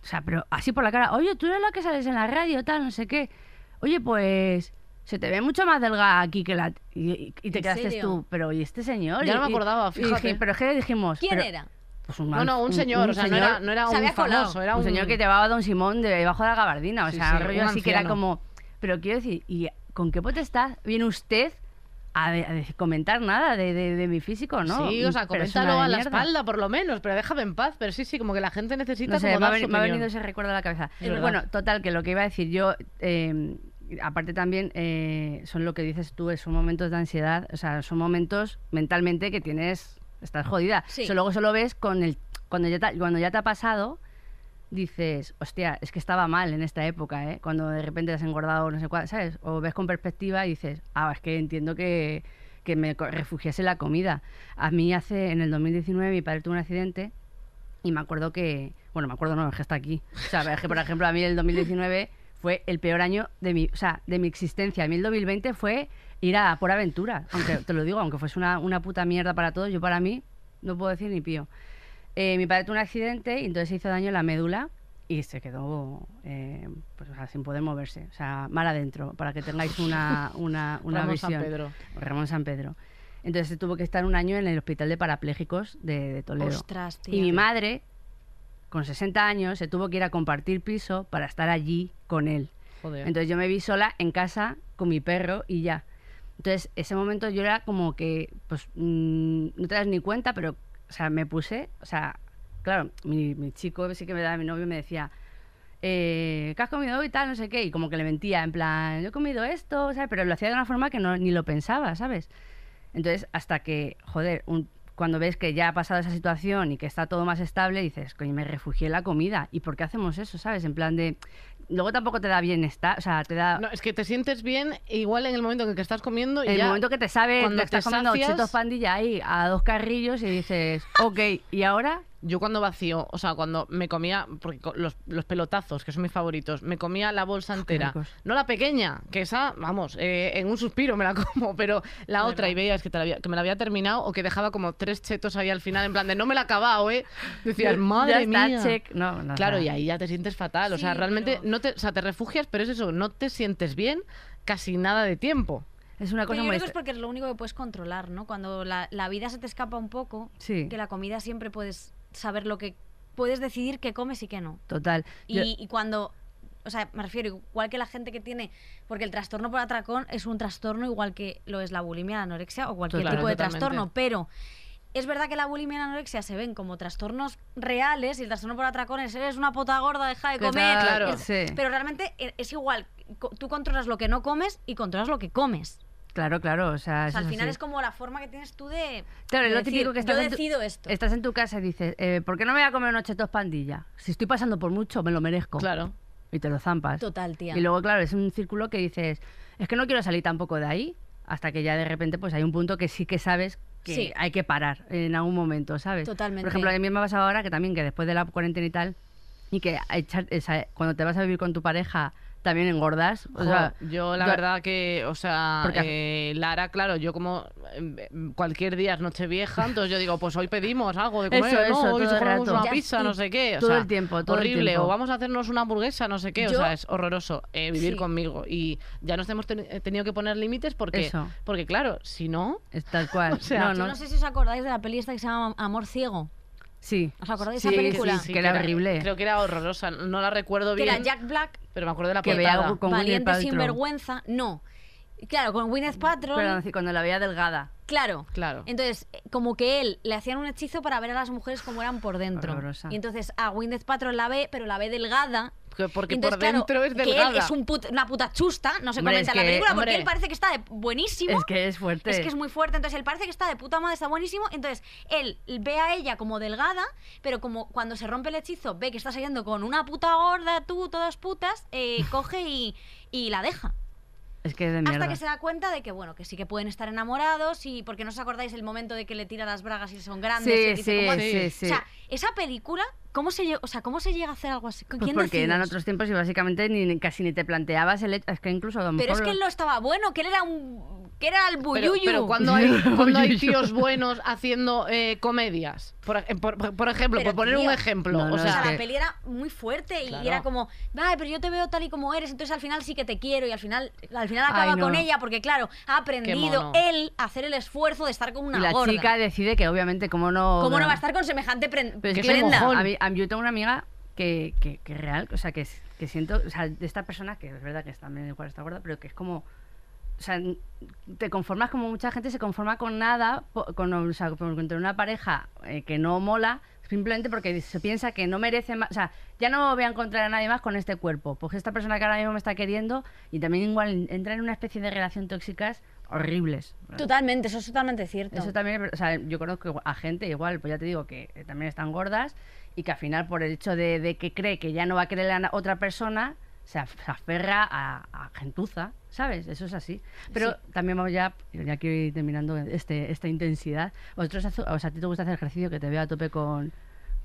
F: O sea, pero así por la cara. Oye, tú eres la que sales en la radio, tal, no sé qué. Oye, pues. Se te ve mucho más delgada aquí que la. Y, y- y te
C: ¿En
F: quedaste
C: serio?
F: tú, pero ¿y este señor?
B: Ya
F: Y-
B: no me
F: y-
B: acordaba,
F: y
B: fíjate.
F: dije, pero es que dijimos.
C: ¿Quién
F: pero-
C: era?
F: Pues un
B: No,
F: man-
B: no, un señor, o sea, no
F: señor-
B: era, no era
C: Se
B: un
C: había colado.
B: famoso, era
F: un,
B: un...
F: señor que llevaba a Don Simón debajo de la gabardina, o
B: Sí,
F: sea,
B: sí,
F: un rollo
B: un
F: así que era
B: anciano.
F: como, pero quiero decir, ¿y con qué potestad viene usted a, de- a de- comentar nada de, de- de mi físico, no?
B: Sí, o sea,
F: Pero es una
B: coméntalo a la
F: mierda.
B: espalda, por lo menos, pero déjame en paz. Pero sí, sí, como que la gente necesita
F: No sé,
B: como
F: me ha,
B: dar su
F: veni- me ha
B: opinión.
F: venido ese recuerdo a la cabeza.
B: Es verdad.
F: bueno, total, que lo que iba a decir yo, eh, aparte también, eh, son lo que dices tú, eh, son momentos de ansiedad, o sea, son momentos mentalmente que tienes, estás jodida.
C: Sí.
F: Eso luego solo ves con el, cuando, ya te, cuando ya te ha pasado, dices, hostia, es que estaba mal en esta época, ¿eh? Cuando de repente te has engordado, no sé cuál, ¿sabes? O ves con perspectiva y dices, ah, es que entiendo que, que me co- refugiase en la comida. A mí hace, en el 2019, mi padre tuvo un accidente y me acuerdo que, bueno, me acuerdo no, es que está aquí. O sea, es que, por ejemplo, a mí el 2019 fue el peor año de mi, o sea, de mi existencia. A mí el 2020 fue ir a por aventura. Aunque te lo digo, aunque fuese una, una puta mierda para todos, yo para mí no puedo decir ni pío. Eh, mi padre tuvo un accidente y entonces se hizo daño en la médula y se quedó eh, pues, o sea, sin poder moverse. O sea, mal adentro, para que tengáis una, una, una
B: Ramón San
F: visión.
B: Pedro.
F: Ramón San Pedro. Entonces se tuvo que estar un año en el hospital de parapléjicos de, de Toledo.
C: Ostras, tío.
F: Y mi madre, con 60 años, se tuvo que ir a compartir piso para estar allí con él.
B: Joder.
F: Entonces yo me vi sola en casa con mi perro y ya. Entonces ese momento yo era como que, pues, mm, no te das ni cuenta, pero, o sea, me puse, o sea, claro, mi, mi chico sí que me daba, mi novio me decía, eh, ¿qué has comido hoy? Tal, no sé qué. Y como que le mentía, en plan, yo he comido esto, ¿sabes? Pero lo hacía de una forma que no, ni lo pensaba, ¿sabes? Entonces, hasta que, joder, un- cuando ves que ya ha pasado esa situación y que está todo más estable, dices, coño, me refugié en la comida. ¿Y por qué hacemos eso, sabes? En plan de. Luego tampoco te da bienestar, o sea, te da.
B: No, es que te sientes bien igual en el momento en el que estás comiendo y
F: el
B: ya
F: momento que te sabes,
B: cuando
F: te estás
B: te
F: comiendo
B: sacias-
F: chitos pandilla ahí a dos carrillos y dices, ok, ¿y ahora?
B: Yo cuando vacío, o sea, cuando me comía, porque co- los, los pelotazos, que son mis favoritos, me comía la bolsa entera.
F: ricos.
B: No la pequeña, que esa, vamos, eh, en un suspiro me la como, pero la otra y veías que, te la había- que me la había terminado o que dejaba como tres chetos ahí al final, en plan de no me la he acabado, ¿eh? Decías, madre
F: ya está,
B: mía.
F: check. No, no,
B: Claro,
F: o sea,
B: y ahí ya te sientes fatal. o
C: Sí,
B: sea, realmente
C: pero-
B: no te, o sea, te refugias, pero es eso, no te sientes bien casi nada de tiempo.
F: Es una
C: Pero yo
F: cosa
C: creo que
F: molesta.
C: es porque es lo único que puedes controlar, ¿no? Cuando la, la vida se te escapa un poco,
F: Sí.
C: que la comida siempre puedes saber lo que... Puedes decidir qué comes y qué no.
F: Total.
C: Y,
F: Yo-
C: y cuando... O sea, me refiero, igual que la gente que tiene... Porque el trastorno por atracón es un trastorno igual que lo es la bulimia, la anorexia o cualquier
B: Claro,
C: tipo de
B: totalmente.
C: trastorno. Pero es verdad que la bulimia y la anorexia se ven como trastornos reales y el trastorno por atracón es eres una puta gorda, deja de
F: Que
C: comer.
F: tal,
B: claro,
C: Es-
F: sí.
C: Pero realmente e- es igual. co- Tú controlas lo que no comes y controlas lo que comes.
F: Claro, claro.
C: O
F: O sea,
C: sea,
F: eso
C: al final
F: sí.
C: es como la forma que tienes tú de.
F: Claro,
C: de
F: es lo
C: decir,
F: típico que estás
C: Yo
F: en tu-
C: decido esto.
F: Estás en tu casa y dices, eh, ¿por qué no me voy a comer unos chetos pandilla? Si estoy pasando por mucho, me lo merezco.
B: Claro.
F: Y te lo zampas.
C: Total, tía.
F: Y luego, claro, es un círculo que dices, es que no quiero salir tampoco de ahí, hasta que ya de repente pues hay un punto que sí que sabes que
C: Sí.
F: hay que parar en algún momento, ¿sabes?
C: Totalmente.
F: Por ejemplo, a mí me ha pasado ahora que también que después de la cuarentena y tal, y que a echar- o sea, cuando te vas a vivir con tu pareja también engordas. O
B: Jo,
F: sea,
B: yo la
F: do-
B: verdad que, o sea,
F: Porque-
B: eh, Lara, claro, yo como eh, cualquier día es noche vieja, entonces yo digo, pues hoy pedimos algo de comer,
F: Eso,
B: ¿no?
F: eso,
B: hoy
F: todo el
B: comemos
F: rato.
B: una
F: Ya
B: pizza,
F: estoy-
B: no sé qué, o
F: todo
B: sea,
F: el tiempo, todo el
B: horrible,
F: tiempo.
B: o vamos a hacernos una hamburguesa, no sé qué,
C: Yo-
B: o sea, es horroroso eh, vivir
C: Sí.
B: conmigo y ya nos hemos teni- eh, tenido que poner límites porque,
F: Eso.
B: porque claro, si no,
F: es tal cual.
B: O sea,
F: no,
C: Yo no.
F: no.
C: sé si os acordáis de la peli esta que se llama Amor Ciego.
F: Sí.
C: ¿Os acordáis
F: Sí,
C: de esa película?
F: sí, sí. que era horrible.
B: Creo que era horrorosa, no la recuerdo
C: Que
B: bien,
C: era Jack Black,
B: pero me acuerdo de la
F: que
B: portada.
F: veía algo con Gwyneth
C: valiente
F: Paltrow.
C: sinvergüenza. No. Claro, con Gwyneth Paltrow.
F: Perdón, sí, cuando la veía delgada.
C: Claro.
B: Claro.
C: Entonces, eh, como que él le hacían un hechizo para ver a las mujeres como eran por dentro.
F: Horrorosa.
C: Y entonces a Gwyneth Paltrow la ve, pero la ve delgada.
B: Que- porque
C: Y entonces,
B: por
C: claro,
B: dentro es
C: que él
B: delgada.
C: es un put- una puta chusta, no se
F: Hombre,
C: comenta en
F: es
C: la
F: que-
C: película, porque
B: hombre.
C: él parece que está de buenísimo.
F: Es que es fuerte.
C: Es que es muy fuerte, entonces él parece que está de puta madre, está buenísimo. Entonces él ve a ella como delgada, pero como cuando se rompe el hechizo, ve que está saliendo con una puta gorda, tú, todas putas, eh, coge y, y la deja.
F: Es que es de mierda.
C: Hasta que se da cuenta de que, bueno, que sí que pueden estar enamorados y porque no os acordáis el momento de que le tira las bragas y son grandes. y
F: Sí,
C: dice
F: sí,
C: como-
F: sí, sí.
C: O sea, esa película, ¿cómo se, lle- o sea, ¿cómo se llega a hacer algo así? ¿Con
F: Pues
C: quién
F: porque
C: decides?
F: eran otros tiempos y básicamente ni, ni- casi ni te planteabas el hecho. Es que incluso a lo
C: Pero es
F: mejor
C: que él no estaba bueno, que él era un... que era el
B: Pero,
C: buyuyu.
B: pero cuando hay, cuando hay
F: Buyuyu.
B: tíos buenos haciendo eh, comedias, por, ej- por- por ejemplo,
C: Pero,
B: por poner
C: tío.
B: un ejemplo,
F: No, no,
B: o
C: O
B: sea,
C: sea,
F: es
C: la
F: que-
C: peli era muy fuerte y
B: Claro.
C: era como, ay, pero yo te veo tal y como eres, entonces al final sí que te quiero y al final al final
F: Ay,
C: acaba
F: no.
C: con ella porque claro, ha aprendido
B: mono.
C: él a hacer el esfuerzo de estar con una
F: Y la
C: gorda.
F: chica decide que obviamente como no...
C: ¿Cómo no va a estar con semejante pren-
F: Pero
B: Que
F: es que
B: es un
F: prenda.
B: mojón.
F: A mí- a mí- yo tengo una amiga que, que, que real, o sea, que, es- que siento, o sea, de esta persona, que es verdad que es también igual está gorda, pero que es como... O sea, n- te conformas como mucha gente se conforma con nada, po- con, o sea, con con tener una pareja eh, que no mola, simplemente porque se piensa que no merece más. O sea, ya no voy a encontrar a nadie más con este cuerpo. Pues esta persona que ahora mismo me está queriendo y también igual entra en una especie de relación tóxicas horribles.
C: Totalmente, eso es totalmente cierto.
F: Eso también, o sea, yo conozco a gente igual, pues ya te digo que eh, también están gordas y que al final por el hecho de, de que cree que ya no va a querer a na- otra persona, se, af- se aferra a, a gentuza, ¿sabes? Eso es así. Pero también vamos ya, ya quiero ir terminando este, esta intensidad. Vosotros, hace- o sea, a ti te gusta hacer ejercicio, que te veo a tope con...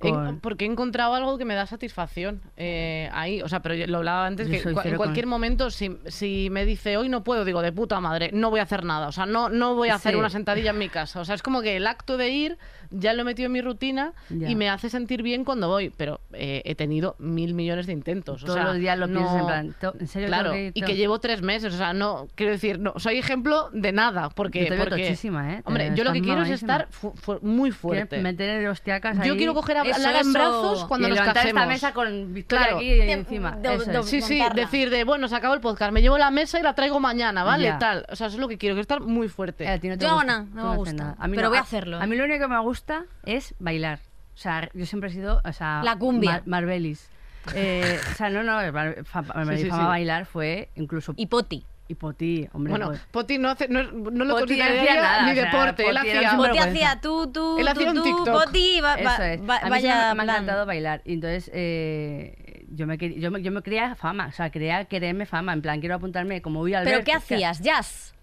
B: en-
F: con-
B: porque he encontrado algo que me da satisfacción eh, ahí. O sea, pero yo lo hablaba antes,
F: Yo
B: que
F: soy
B: cua-
F: cero
B: en
F: con-
B: cualquier momento, si, si me dice hoy no puedo, digo de puta madre, no voy a hacer nada. O sea, no, no voy a hacer
F: Sí.
B: una sentadilla en mi casa. O sea, es como que el acto de ir ya lo he metido en mi rutina
F: Ya.
B: y me hace sentir bien cuando voy. Pero eh, he tenido mil millones de intentos.
F: Todos
B: pues, o sea,
F: los días lo
B: no-
F: piensas en plan, to- en serio,
B: Claro,
F: tengo
B: y
F: to-
B: que llevo tres meses, o sea, no, quiero decir, no, soy ejemplo de nada, porque...
F: Yo te veo
B: porque-
F: tochísima, ¿eh? Te
B: Hombre,
F: veo-
B: yo lo que
F: estás
B: quiero es
F: mamadísima.
B: estar fu- fu- muy
F: quieres
B: fuerte.
F: meter hostiacas
B: Yo
F: ahí
B: quiero coger a
C: Eso,
B: Lara en
C: eso.
B: brazos
F: y
B: cuando nos
F: levantar
B: casemos.
F: esta mesa con Victoria
B: Claro.
F: aquí
C: Tem-
F: encima.
C: do-
F: Eso
C: do-
F: es.
B: Sí, sí,
C: montarla.
B: decir de, bueno, se acabó el podcast, me llevo la mesa y la traigo mañana, ¿vale?
F: Ya.
B: Tal. O sea, eso es lo que quiero, quiero estar muy fuerte.
F: Eh, a ti no te
C: Yo
F: gusta,
C: no, no
F: tú
C: me
F: haces
C: gusta,
F: nada.
C: pero voy a hacerlo,
F: A mí lo único que me gusta es bailar. O sea, yo siempre he sido, o sea,
C: La cumbia.
F: Mar- Marbelis. Eh, o sea, no, no, fa- fa- me
B: sí,
F: difama
B: sí.
F: bailar fue incluso
C: Y Poti.
F: hipotí, hombre.
B: Bueno,
F: pues-
B: Poti no, hace, no, no lo
F: Poti no hacía
B: consideraría
F: nada,
B: ni
F: o sea,
B: deporte, él
F: Poti era un
B: hacía...
F: super-
C: Poti
F: vergüenza.
C: hacía tú, tú,
B: Él
C: tú,
B: hacía un
C: tú,
B: TikTok.
C: Poti, va- va-
F: Eso es.
C: va-
F: A mí
C: vaya
F: siempre me, me ha
C: plan.
F: encantado bailar. Y entonces eh, yo, me, quer- yo, me, yo me quería fama, o sea, quería quererme fama. En plan, quiero apuntarme como pues, voy al
C: ¿Pero qué hacías? ¿Jazz?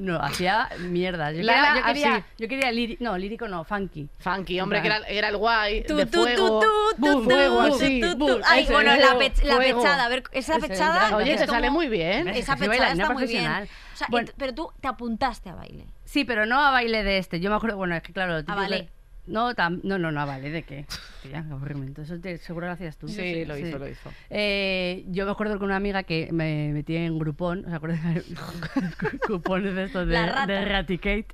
F: No, hacía mierda. Yo
B: Lala,
F: quería, yo quería,
B: así.
F: yo quería líri- no, lírico no, funky.
B: Funky, hombre, que era, era el guay,
C: Tú,
B: de
C: tú,
B: fuego,
C: tú, tú,
B: boom,
C: tú,
B: fuego,
C: tú,
B: así,
C: tú, tú.
B: boom,
C: Ay,
B: ese,
C: bueno, la,
B: fuego,
C: pech- la
B: fuego.
C: pechada, a ver, esa
F: Ese,
C: pechada...
F: venga,
B: Oye,
C: es
B: te sale
C: como-
B: muy bien.
F: Es que
C: Esa pechada
F: soy bailarina
C: está muy bien.
F: profesional.
C: O sea, y
F: Bueno.
C: t- pero tú te apuntaste a baile.
F: Sí, pero no a baile de este. Yo me acuerdo, bueno, es que claro, lo típico
C: ballet.
F: que- No, tam- no, no, no, a ballet de qué. Tía, qué aburrimiento. Eso te- seguro lo hacías tú.
B: Sí,
F: Yo
B: lo
F: sé,
B: hizo, lo hizo.
F: Eh, yo me acuerdo con una amiga que me metí en Groupon, ¿os acuerdas? Cu- Cupones de estos de,
C: La rata.
F: de Raticate.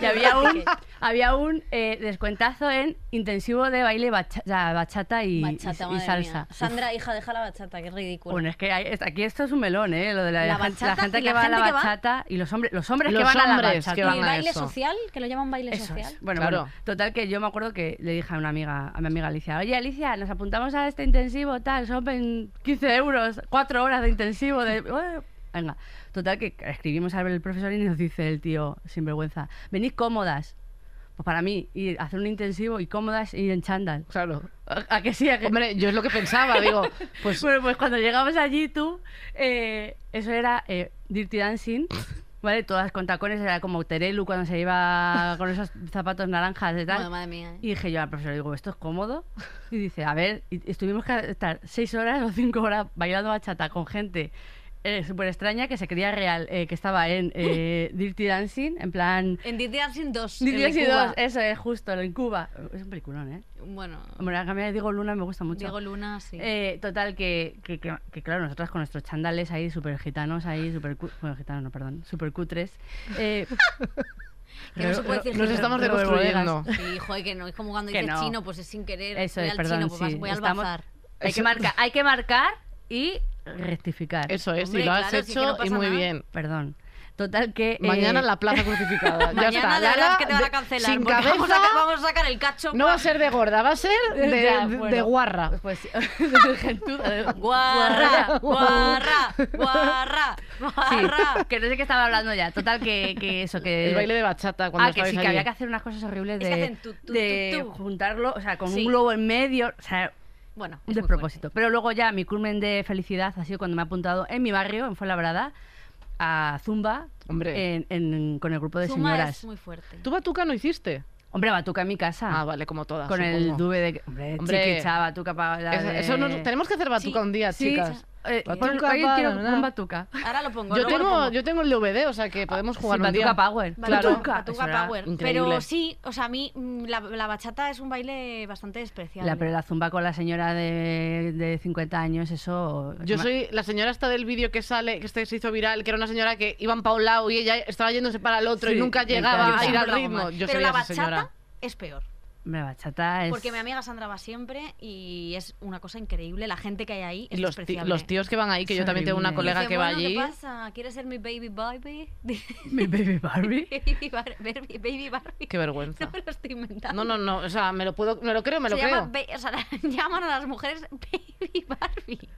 F: Y había un, había un eh, descuentazo en intensivo de baile bacha- o sea, bachata y, y-
C: Bachata,
F: y
C: madre
F: salsa.
C: mía. Sandra, hija, deja la bachata, qué ridículo.
F: Bueno, es que hay- es- aquí esto es un melón, ¿eh? Lo de la,
C: La
F: la gente, la
C: bachata
F: gente
C: y
F: que
C: la
F: va a la
C: gente que va-
F: bachata y los hombres, los hombres
B: Los
F: que van a la
B: hombres
F: bachata.
B: que
C: ¿Y
B: van
C: el
B: a
C: baile
B: eso.
C: social? ¿Que lo llaman baile
F: Eso
C: social?
F: es. Bueno,
B: Claro.
F: bueno, total que yo me acuerdo que le dije a una amiga, a mi amiga Alicia, oye Alicia, nos apuntamos a este intensivo, tal, son ven- 15 euros, 4 horas de intensivo, de... Ué. Venga, total que escribimos al profesor y nos dice el tío, sin vergüenza, venid cómodas. Pues para mí, ir a hacer un intensivo y cómodas y en chándal.
B: Claro.
F: ¿A, a que sí? ¿A que-
B: Hombre, yo es lo que pensaba, digo, pues
F: Eh, bueno, pues cuando llegamos allí, tú, eh, eso era eh, Dirty Dancing, ¿vale? Todas con tacones, era como Terelu cuando se iba con esos zapatos naranjas y tal.
C: Bueno, madre mía. ¿eh?
F: Y dije yo al profesor, digo, ¿esto es cómodo? Y dice, a ver, y estuvimos que estar seis horas o cinco horas bailando bachata con gente eh, súper extraña que se creía real, eh, que estaba en eh, Dirty Dancing, en plan...
C: En Dirty Dancing 2.
F: Dirty
C: en
F: Dancing
C: Cuba.
F: 2, eso es, justo, en Cuba. Es un peliculón, ¿eh?
C: Bueno,
F: Hombre, a mí Diego Luna me gusta mucho.
C: Diego Luna, sí.
F: Eh, total, que, que, que- que claro, nosotras con nuestros chandales ahí, súper gitanos ahí, súper cu- bueno, gitanos, no, perdón, súper cutres. eh,
C: Que no se puede decir
B: nos
C: que-
B: estamos
F: Pero- pero
B: reconstruyendo.
F: bodegas.
C: Sí, joder, que no. Es como cuando
F: Que
C: dices
F: no.
C: chino, pues es sin querer.
F: Eso
C: voy
F: es,
C: al
F: perdón,
C: chino, pues vas-
F: sí,
C: voy al
F: estamos-
C: bazar.
F: hay, que
B: Eso-
F: marcar, hay que marcar y rectificar.
B: Eso es,
C: Hombre,
B: y lo has
C: claro, si es que no
B: hecho y
C: pasa
B: muy
C: nada.
B: bien.
F: Perdón. Total, que. eh,
B: Mañana la plaza crucificada. ya
C: Mañana
B: está.
C: de verdad
B: Lara,
C: es que te van a
B: de-
C: cancelar.
B: Sin
C: porque
B: cabeza,
C: vamos, a, vamos a sacar el cacho.
B: no va a ser de gorda, va a ser de,
F: Ya,
B: de-
F: bueno.
B: de guarra.
F: Pues sí, de gentuza, de-
C: Guarra, guarra, guarra,
F: Sí,
C: guarra.
F: que no sé qué estaba hablando ya. Total, que, que eso, que.
B: El baile de bachata cuando
F: Eh, ah, que
B: estabais
F: sí, que
B: allí.
F: había que hacer unas cosas horribles
C: Es
F: de,
C: que hacen tu, tu,
F: de
C: tu, tu.
F: juntarlo, o sea, con
C: Sí.
F: un globo en medio, o sea,
C: Bueno,
F: un
C: es muy
F: despropósito. Pero luego ya mi culmen de felicidad ha sido cuando me he apuntado en mi barrio, en Fuenlabrada, a Zumba
B: Hombre.
F: en- en- con el grupo de
C: fuerte. Zumba
F: señoras.
C: es muy fuerte.
B: ¿Tú batuca no hiciste?
F: Hombre, Batuca en mi casa.
B: Ah, vale, como todas.
F: con el
B: supongo.
F: dube de... Hombre,
B: Hombre.
F: chiquicha, Batuca para... la
B: Eso,
F: de-
B: eso no- tenemos que hacer batuca
C: Sí,
B: un día,
F: Sí,
B: chicas.
F: eh,
B: Batuca
F: bueno, oye,
B: para
F: quiero
B: nada.
F: un Batuca.
C: Ahora lo pongo.
B: Yo
C: luego lo
B: tengo,
C: pongo.
B: yo tengo el DVD, o sea que podemos jugar
F: Ah, Sí,
B: un día.
F: Batuca Power.
C: Vale,
B: Claro.
C: Batuca,
F: Eso era
C: Power.
B: increíble.
C: Pero sí, o sea, a mí mm, la, la bachata es un baile bastante despreciable.
F: La, pero la zumba con la señora de, de 50 años, eso...
B: Yo soy la señora esta del vídeo que sale, que este se hizo viral, que era una señora que iban para un lado y ella estaba yéndose para el otro y
F: Sí,
B: nunca
F: me
B: llegaba
F: encanta.
B: a ir
C: Yo
B: al
C: lo hago
B: ritmo.
C: mal.
B: Yo
C: pero
B: soy
C: la
B: esa
C: bachata
B: señora.
C: es peor.
F: Hombre, bachata es...
C: Porque mi amiga Sandra va siempre y es una cosa increíble. La gente que hay ahí
B: Y
C: es
B: los, ti-
C: despreciable.
B: los tíos que van ahí, que
F: Es
B: yo también tengo una
F: horrible.
B: colega
C: Dice,
B: que va
C: "Bueno,
B: allí.
C: ¿Qué pasa? ¿Quieres ser mi baby Barbie?
F: Mi baby Barbie.
C: baby, Bar- Barbie- baby Barbie.
B: Qué vergüenza.
C: No me lo estoy inventando.
B: No, no, no, o sea, me lo puedo, me lo creo, me lo
C: Se
B: creo.
C: llama ba- o sea, la- llaman a las mujeres baby Barbie.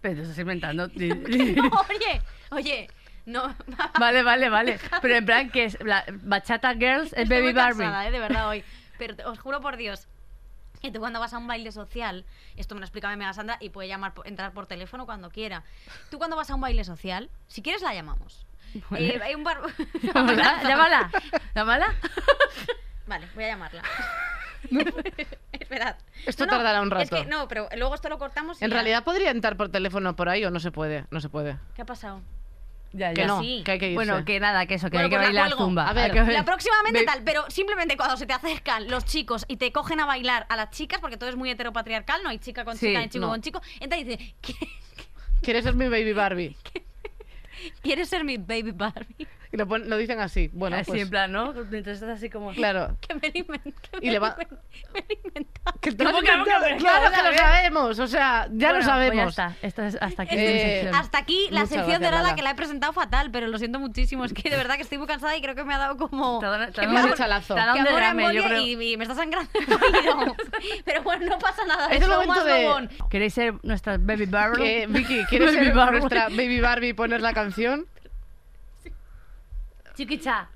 F: Pero te estás inventando...
C: oye, oye, no.
F: Vale, vale, vale. Pero en plan que es la bachata girls es
C: Estoy
F: baby
C: muy
F: Barbie.
C: cansada, eh, de verdad hoy. Pero te- os juro por Dios que tú cuando vas a un baile social, esto me lo explica mi amiga Sandra y puede llamar, por- entrar por teléfono cuando quiera. Tú cuando vas a un baile social, si quieres la llamamos.
F: Vale.
C: Eh, hay un bar...
F: Llámala, llámala. Llámala.
C: Vale, voy a llamarla. Esperad.
B: Esto tardará un
C: Es que
B: rato.
C: no, pero luego esto lo cortamos. y
B: En
C: ya.
B: realidad podría entrar por teléfono por ahí o no se puede, no se puede.
C: ¿Qué ha pasado?
F: Ya,
B: Que
F: ya.
B: no,
C: sí.
B: que hay que irse.
F: Bueno, que nada, que eso, que
C: Bueno,
F: hay que
C: pues la
F: bailar
C: cuelgo.
F: zumba.
B: A ver,
F: Hay que
C: La próximamente
F: Ve-
C: tal, pero simplemente cuando se te acercan los chicos y te cogen a bailar a las chicas, porque todo es muy heteropatriarcal, no hay chica con
F: Sí,
C: chica ni chico
F: no.
C: con chico, entonces dice, "¿Qué-
B: ¿Quieres ser mi baby Barbie?
C: ¿quieres ser mi baby Barbie?
B: Y lo, pon- lo dicen así. Bueno,
F: así
B: pues,
F: en plan, ¿no? Mientras estás así como...
B: Claro.
C: Que me lo inven- que
B: Y
C: me
B: le
C: lo
B: va-
C: inven-
F: Eh,
C: me lo he inventado.
B: Que te lo has
F: ¿Cómo que-
B: inventado?
F: cómo que-
B: claro que
F: a
B: lo
F: ver?
B: sabemos. O sea, ya lo
F: Bueno, pues
B: sabemos.
F: ya está. Esto es hasta aquí.
B: Eh,
F: esta sección.
C: Hasta aquí la
B: Muchas
C: sección de
B: gracias,
C: Lala
B: Lala.
C: que la he presentado fatal, pero lo siento muchísimo. Es que de verdad que estoy muy cansada y creo que me ha dado como.
F: Te ha dado- te
C: que
F: ha
C: me
B: un
C: ha dado-
B: rechalazo.
F: Te ha dado
C: que
F: un
C: amor
F: derrame, yo
C: embolia
F: creo.
C: y, y me está sangrando el oído. Pero bueno, no pasa nada.
B: Es el
C: eso
B: momento
C: más
B: de-
C: bobón.
F: ¿Queréis ser nuestras baby barrel?
B: Eh, Vicky, ¿quieres
F: Baby
B: ser
F: Barbie.
B: nuestra Baby Barbie y poner la canción?
F: Chiquicha.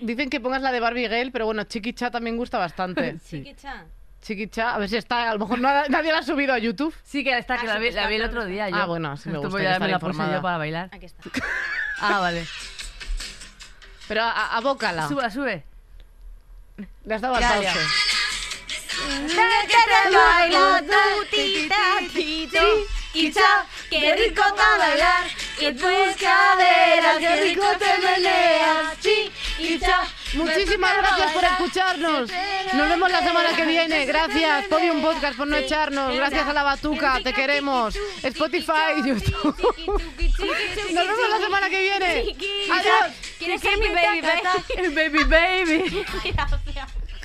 B: Dicen que pongas la de Barbie Gale, pero bueno, Chiquicha también gusta bastante.
F: Sí.
C: Chiquicha.
B: Chiquicha, a ver si está, a lo mejor no ha- nadie la ha subido a YouTube.
F: Sí, que está, que
C: Ah,
F: la
C: sí,
F: vi,
C: está,
F: la vi el
C: claro,
F: otro
C: está.
F: día.
B: Ah,
F: yo.
B: bueno, sí me
F: Esto
B: gusta, hay
F: voy
B: que
F: a- me
B: estar
F: la puse
B: informada.
F: yo para bailar.
C: Aquí está.
F: Ah, vale.
B: Pero a- a- abócala.
F: Sube, sube.
B: Le has dado al
F: Ya, ya.
B: pause.
C: te baila tu tita, tito, quicha, qué rico pa' bailar, que tus caderas, qué rico te meneas, chi, quicha.
B: Muchísimas gracias por escucharnos. Nos vemos la semana que viene. Gracias, Podium Podcast, por no echarnos. Gracias a la Batuca, te queremos. Spotify, YouTube. Nos vemos la semana que viene. Adiós.
C: ¿Quieres ser mi baby, Beta?
F: Baby, baby.